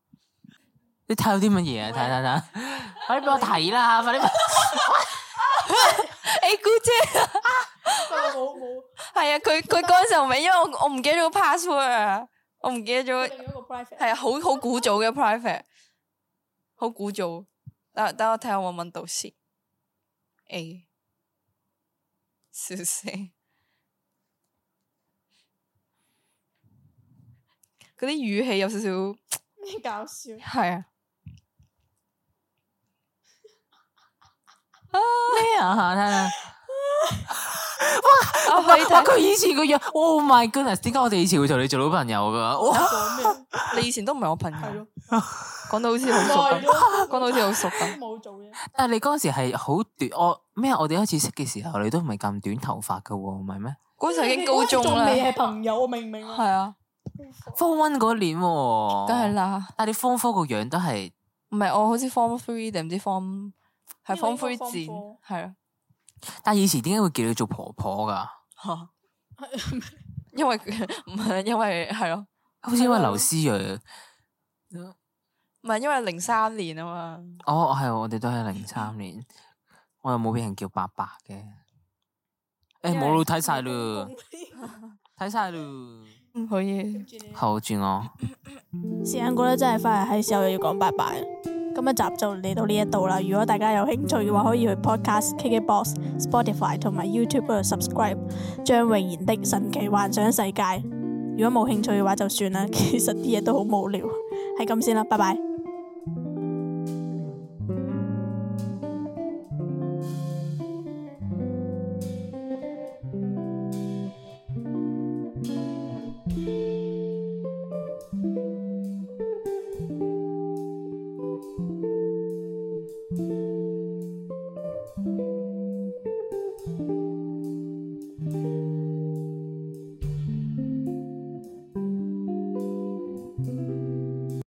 Speaker 1: 你睇到啲乜嘢啊？睇睇睇，快啲俾我睇啦！快啲俾 我。
Speaker 3: 誒，哎姑姐
Speaker 2: 真係冇冇
Speaker 3: 係啊，佢佢嗰陣時候咪因為我我唔記得咗個 password 啊，我唔記得咗。
Speaker 2: 另一個 private
Speaker 3: 係啊，好好古早嘅 private，好古早。等等我睇下我搵唔搵到先。A，笑死！嗰啲語氣有少少
Speaker 2: 咩 搞笑？
Speaker 3: 係啊，
Speaker 1: 咩啊？睇睇。哇！
Speaker 3: 我可以
Speaker 1: 哇！
Speaker 3: 睇。
Speaker 1: 佢以前個樣，Oh my goodness！點解我哋以前會同你做到朋友噶？哇！
Speaker 2: 講咩？
Speaker 3: 你以前都唔係我朋
Speaker 2: 係
Speaker 3: 友
Speaker 2: 咯，，
Speaker 3: 講到好似好熟
Speaker 2: 耐
Speaker 3: 咁，
Speaker 2: 咗
Speaker 3: 講到好似好熟
Speaker 2: 都
Speaker 3: 咁。
Speaker 2: 冇做嘢。
Speaker 1: 但係你嗰陣時係好短，我咩啊？我哋開始識嘅時候，你都唔係咁短頭髮噶喎，唔係咩
Speaker 3: 嗰陣已經高中啦
Speaker 2: 仲，未係朋友，我明唔明
Speaker 3: 係
Speaker 2: 啊？
Speaker 3: 啊，
Speaker 1: ？Form One 嗰年喎，
Speaker 3: 梗係。啦。
Speaker 1: 但係你 Form Four 個樣都係
Speaker 3: 唔係我好似 form three 定唔知 form 係
Speaker 2: 因為
Speaker 3: form
Speaker 2: 應該
Speaker 3: three
Speaker 2: form
Speaker 3: 展
Speaker 2: four
Speaker 3: 係啊
Speaker 1: 但以前點解會叫你做婆婆噶？
Speaker 3: 嚇，因為 唔係因為係啊咯，
Speaker 1: 好似因為劉思睿，
Speaker 3: 唔係因為零三年啊嘛，
Speaker 1: 哦，係我哋都係零三年，我又冇俾人叫伯伯嘅。誒，冇路睇晒啦，睇晒啦，嗯
Speaker 3: 唔可以
Speaker 1: 好住我。
Speaker 2: 時間過得真係快，係時候又要講拜拜。今一集就嚟到呢一度啦。如果大家有興趣嘅話，可以去 Podcast、KKBox、Spotify 同埋 YouTube 嗰度 subscribe 張穎賢的神奇幻想世界。如果冇興趣嘅話就算啦，其實啲嘢都好無聊。係咁先啦，拜拜。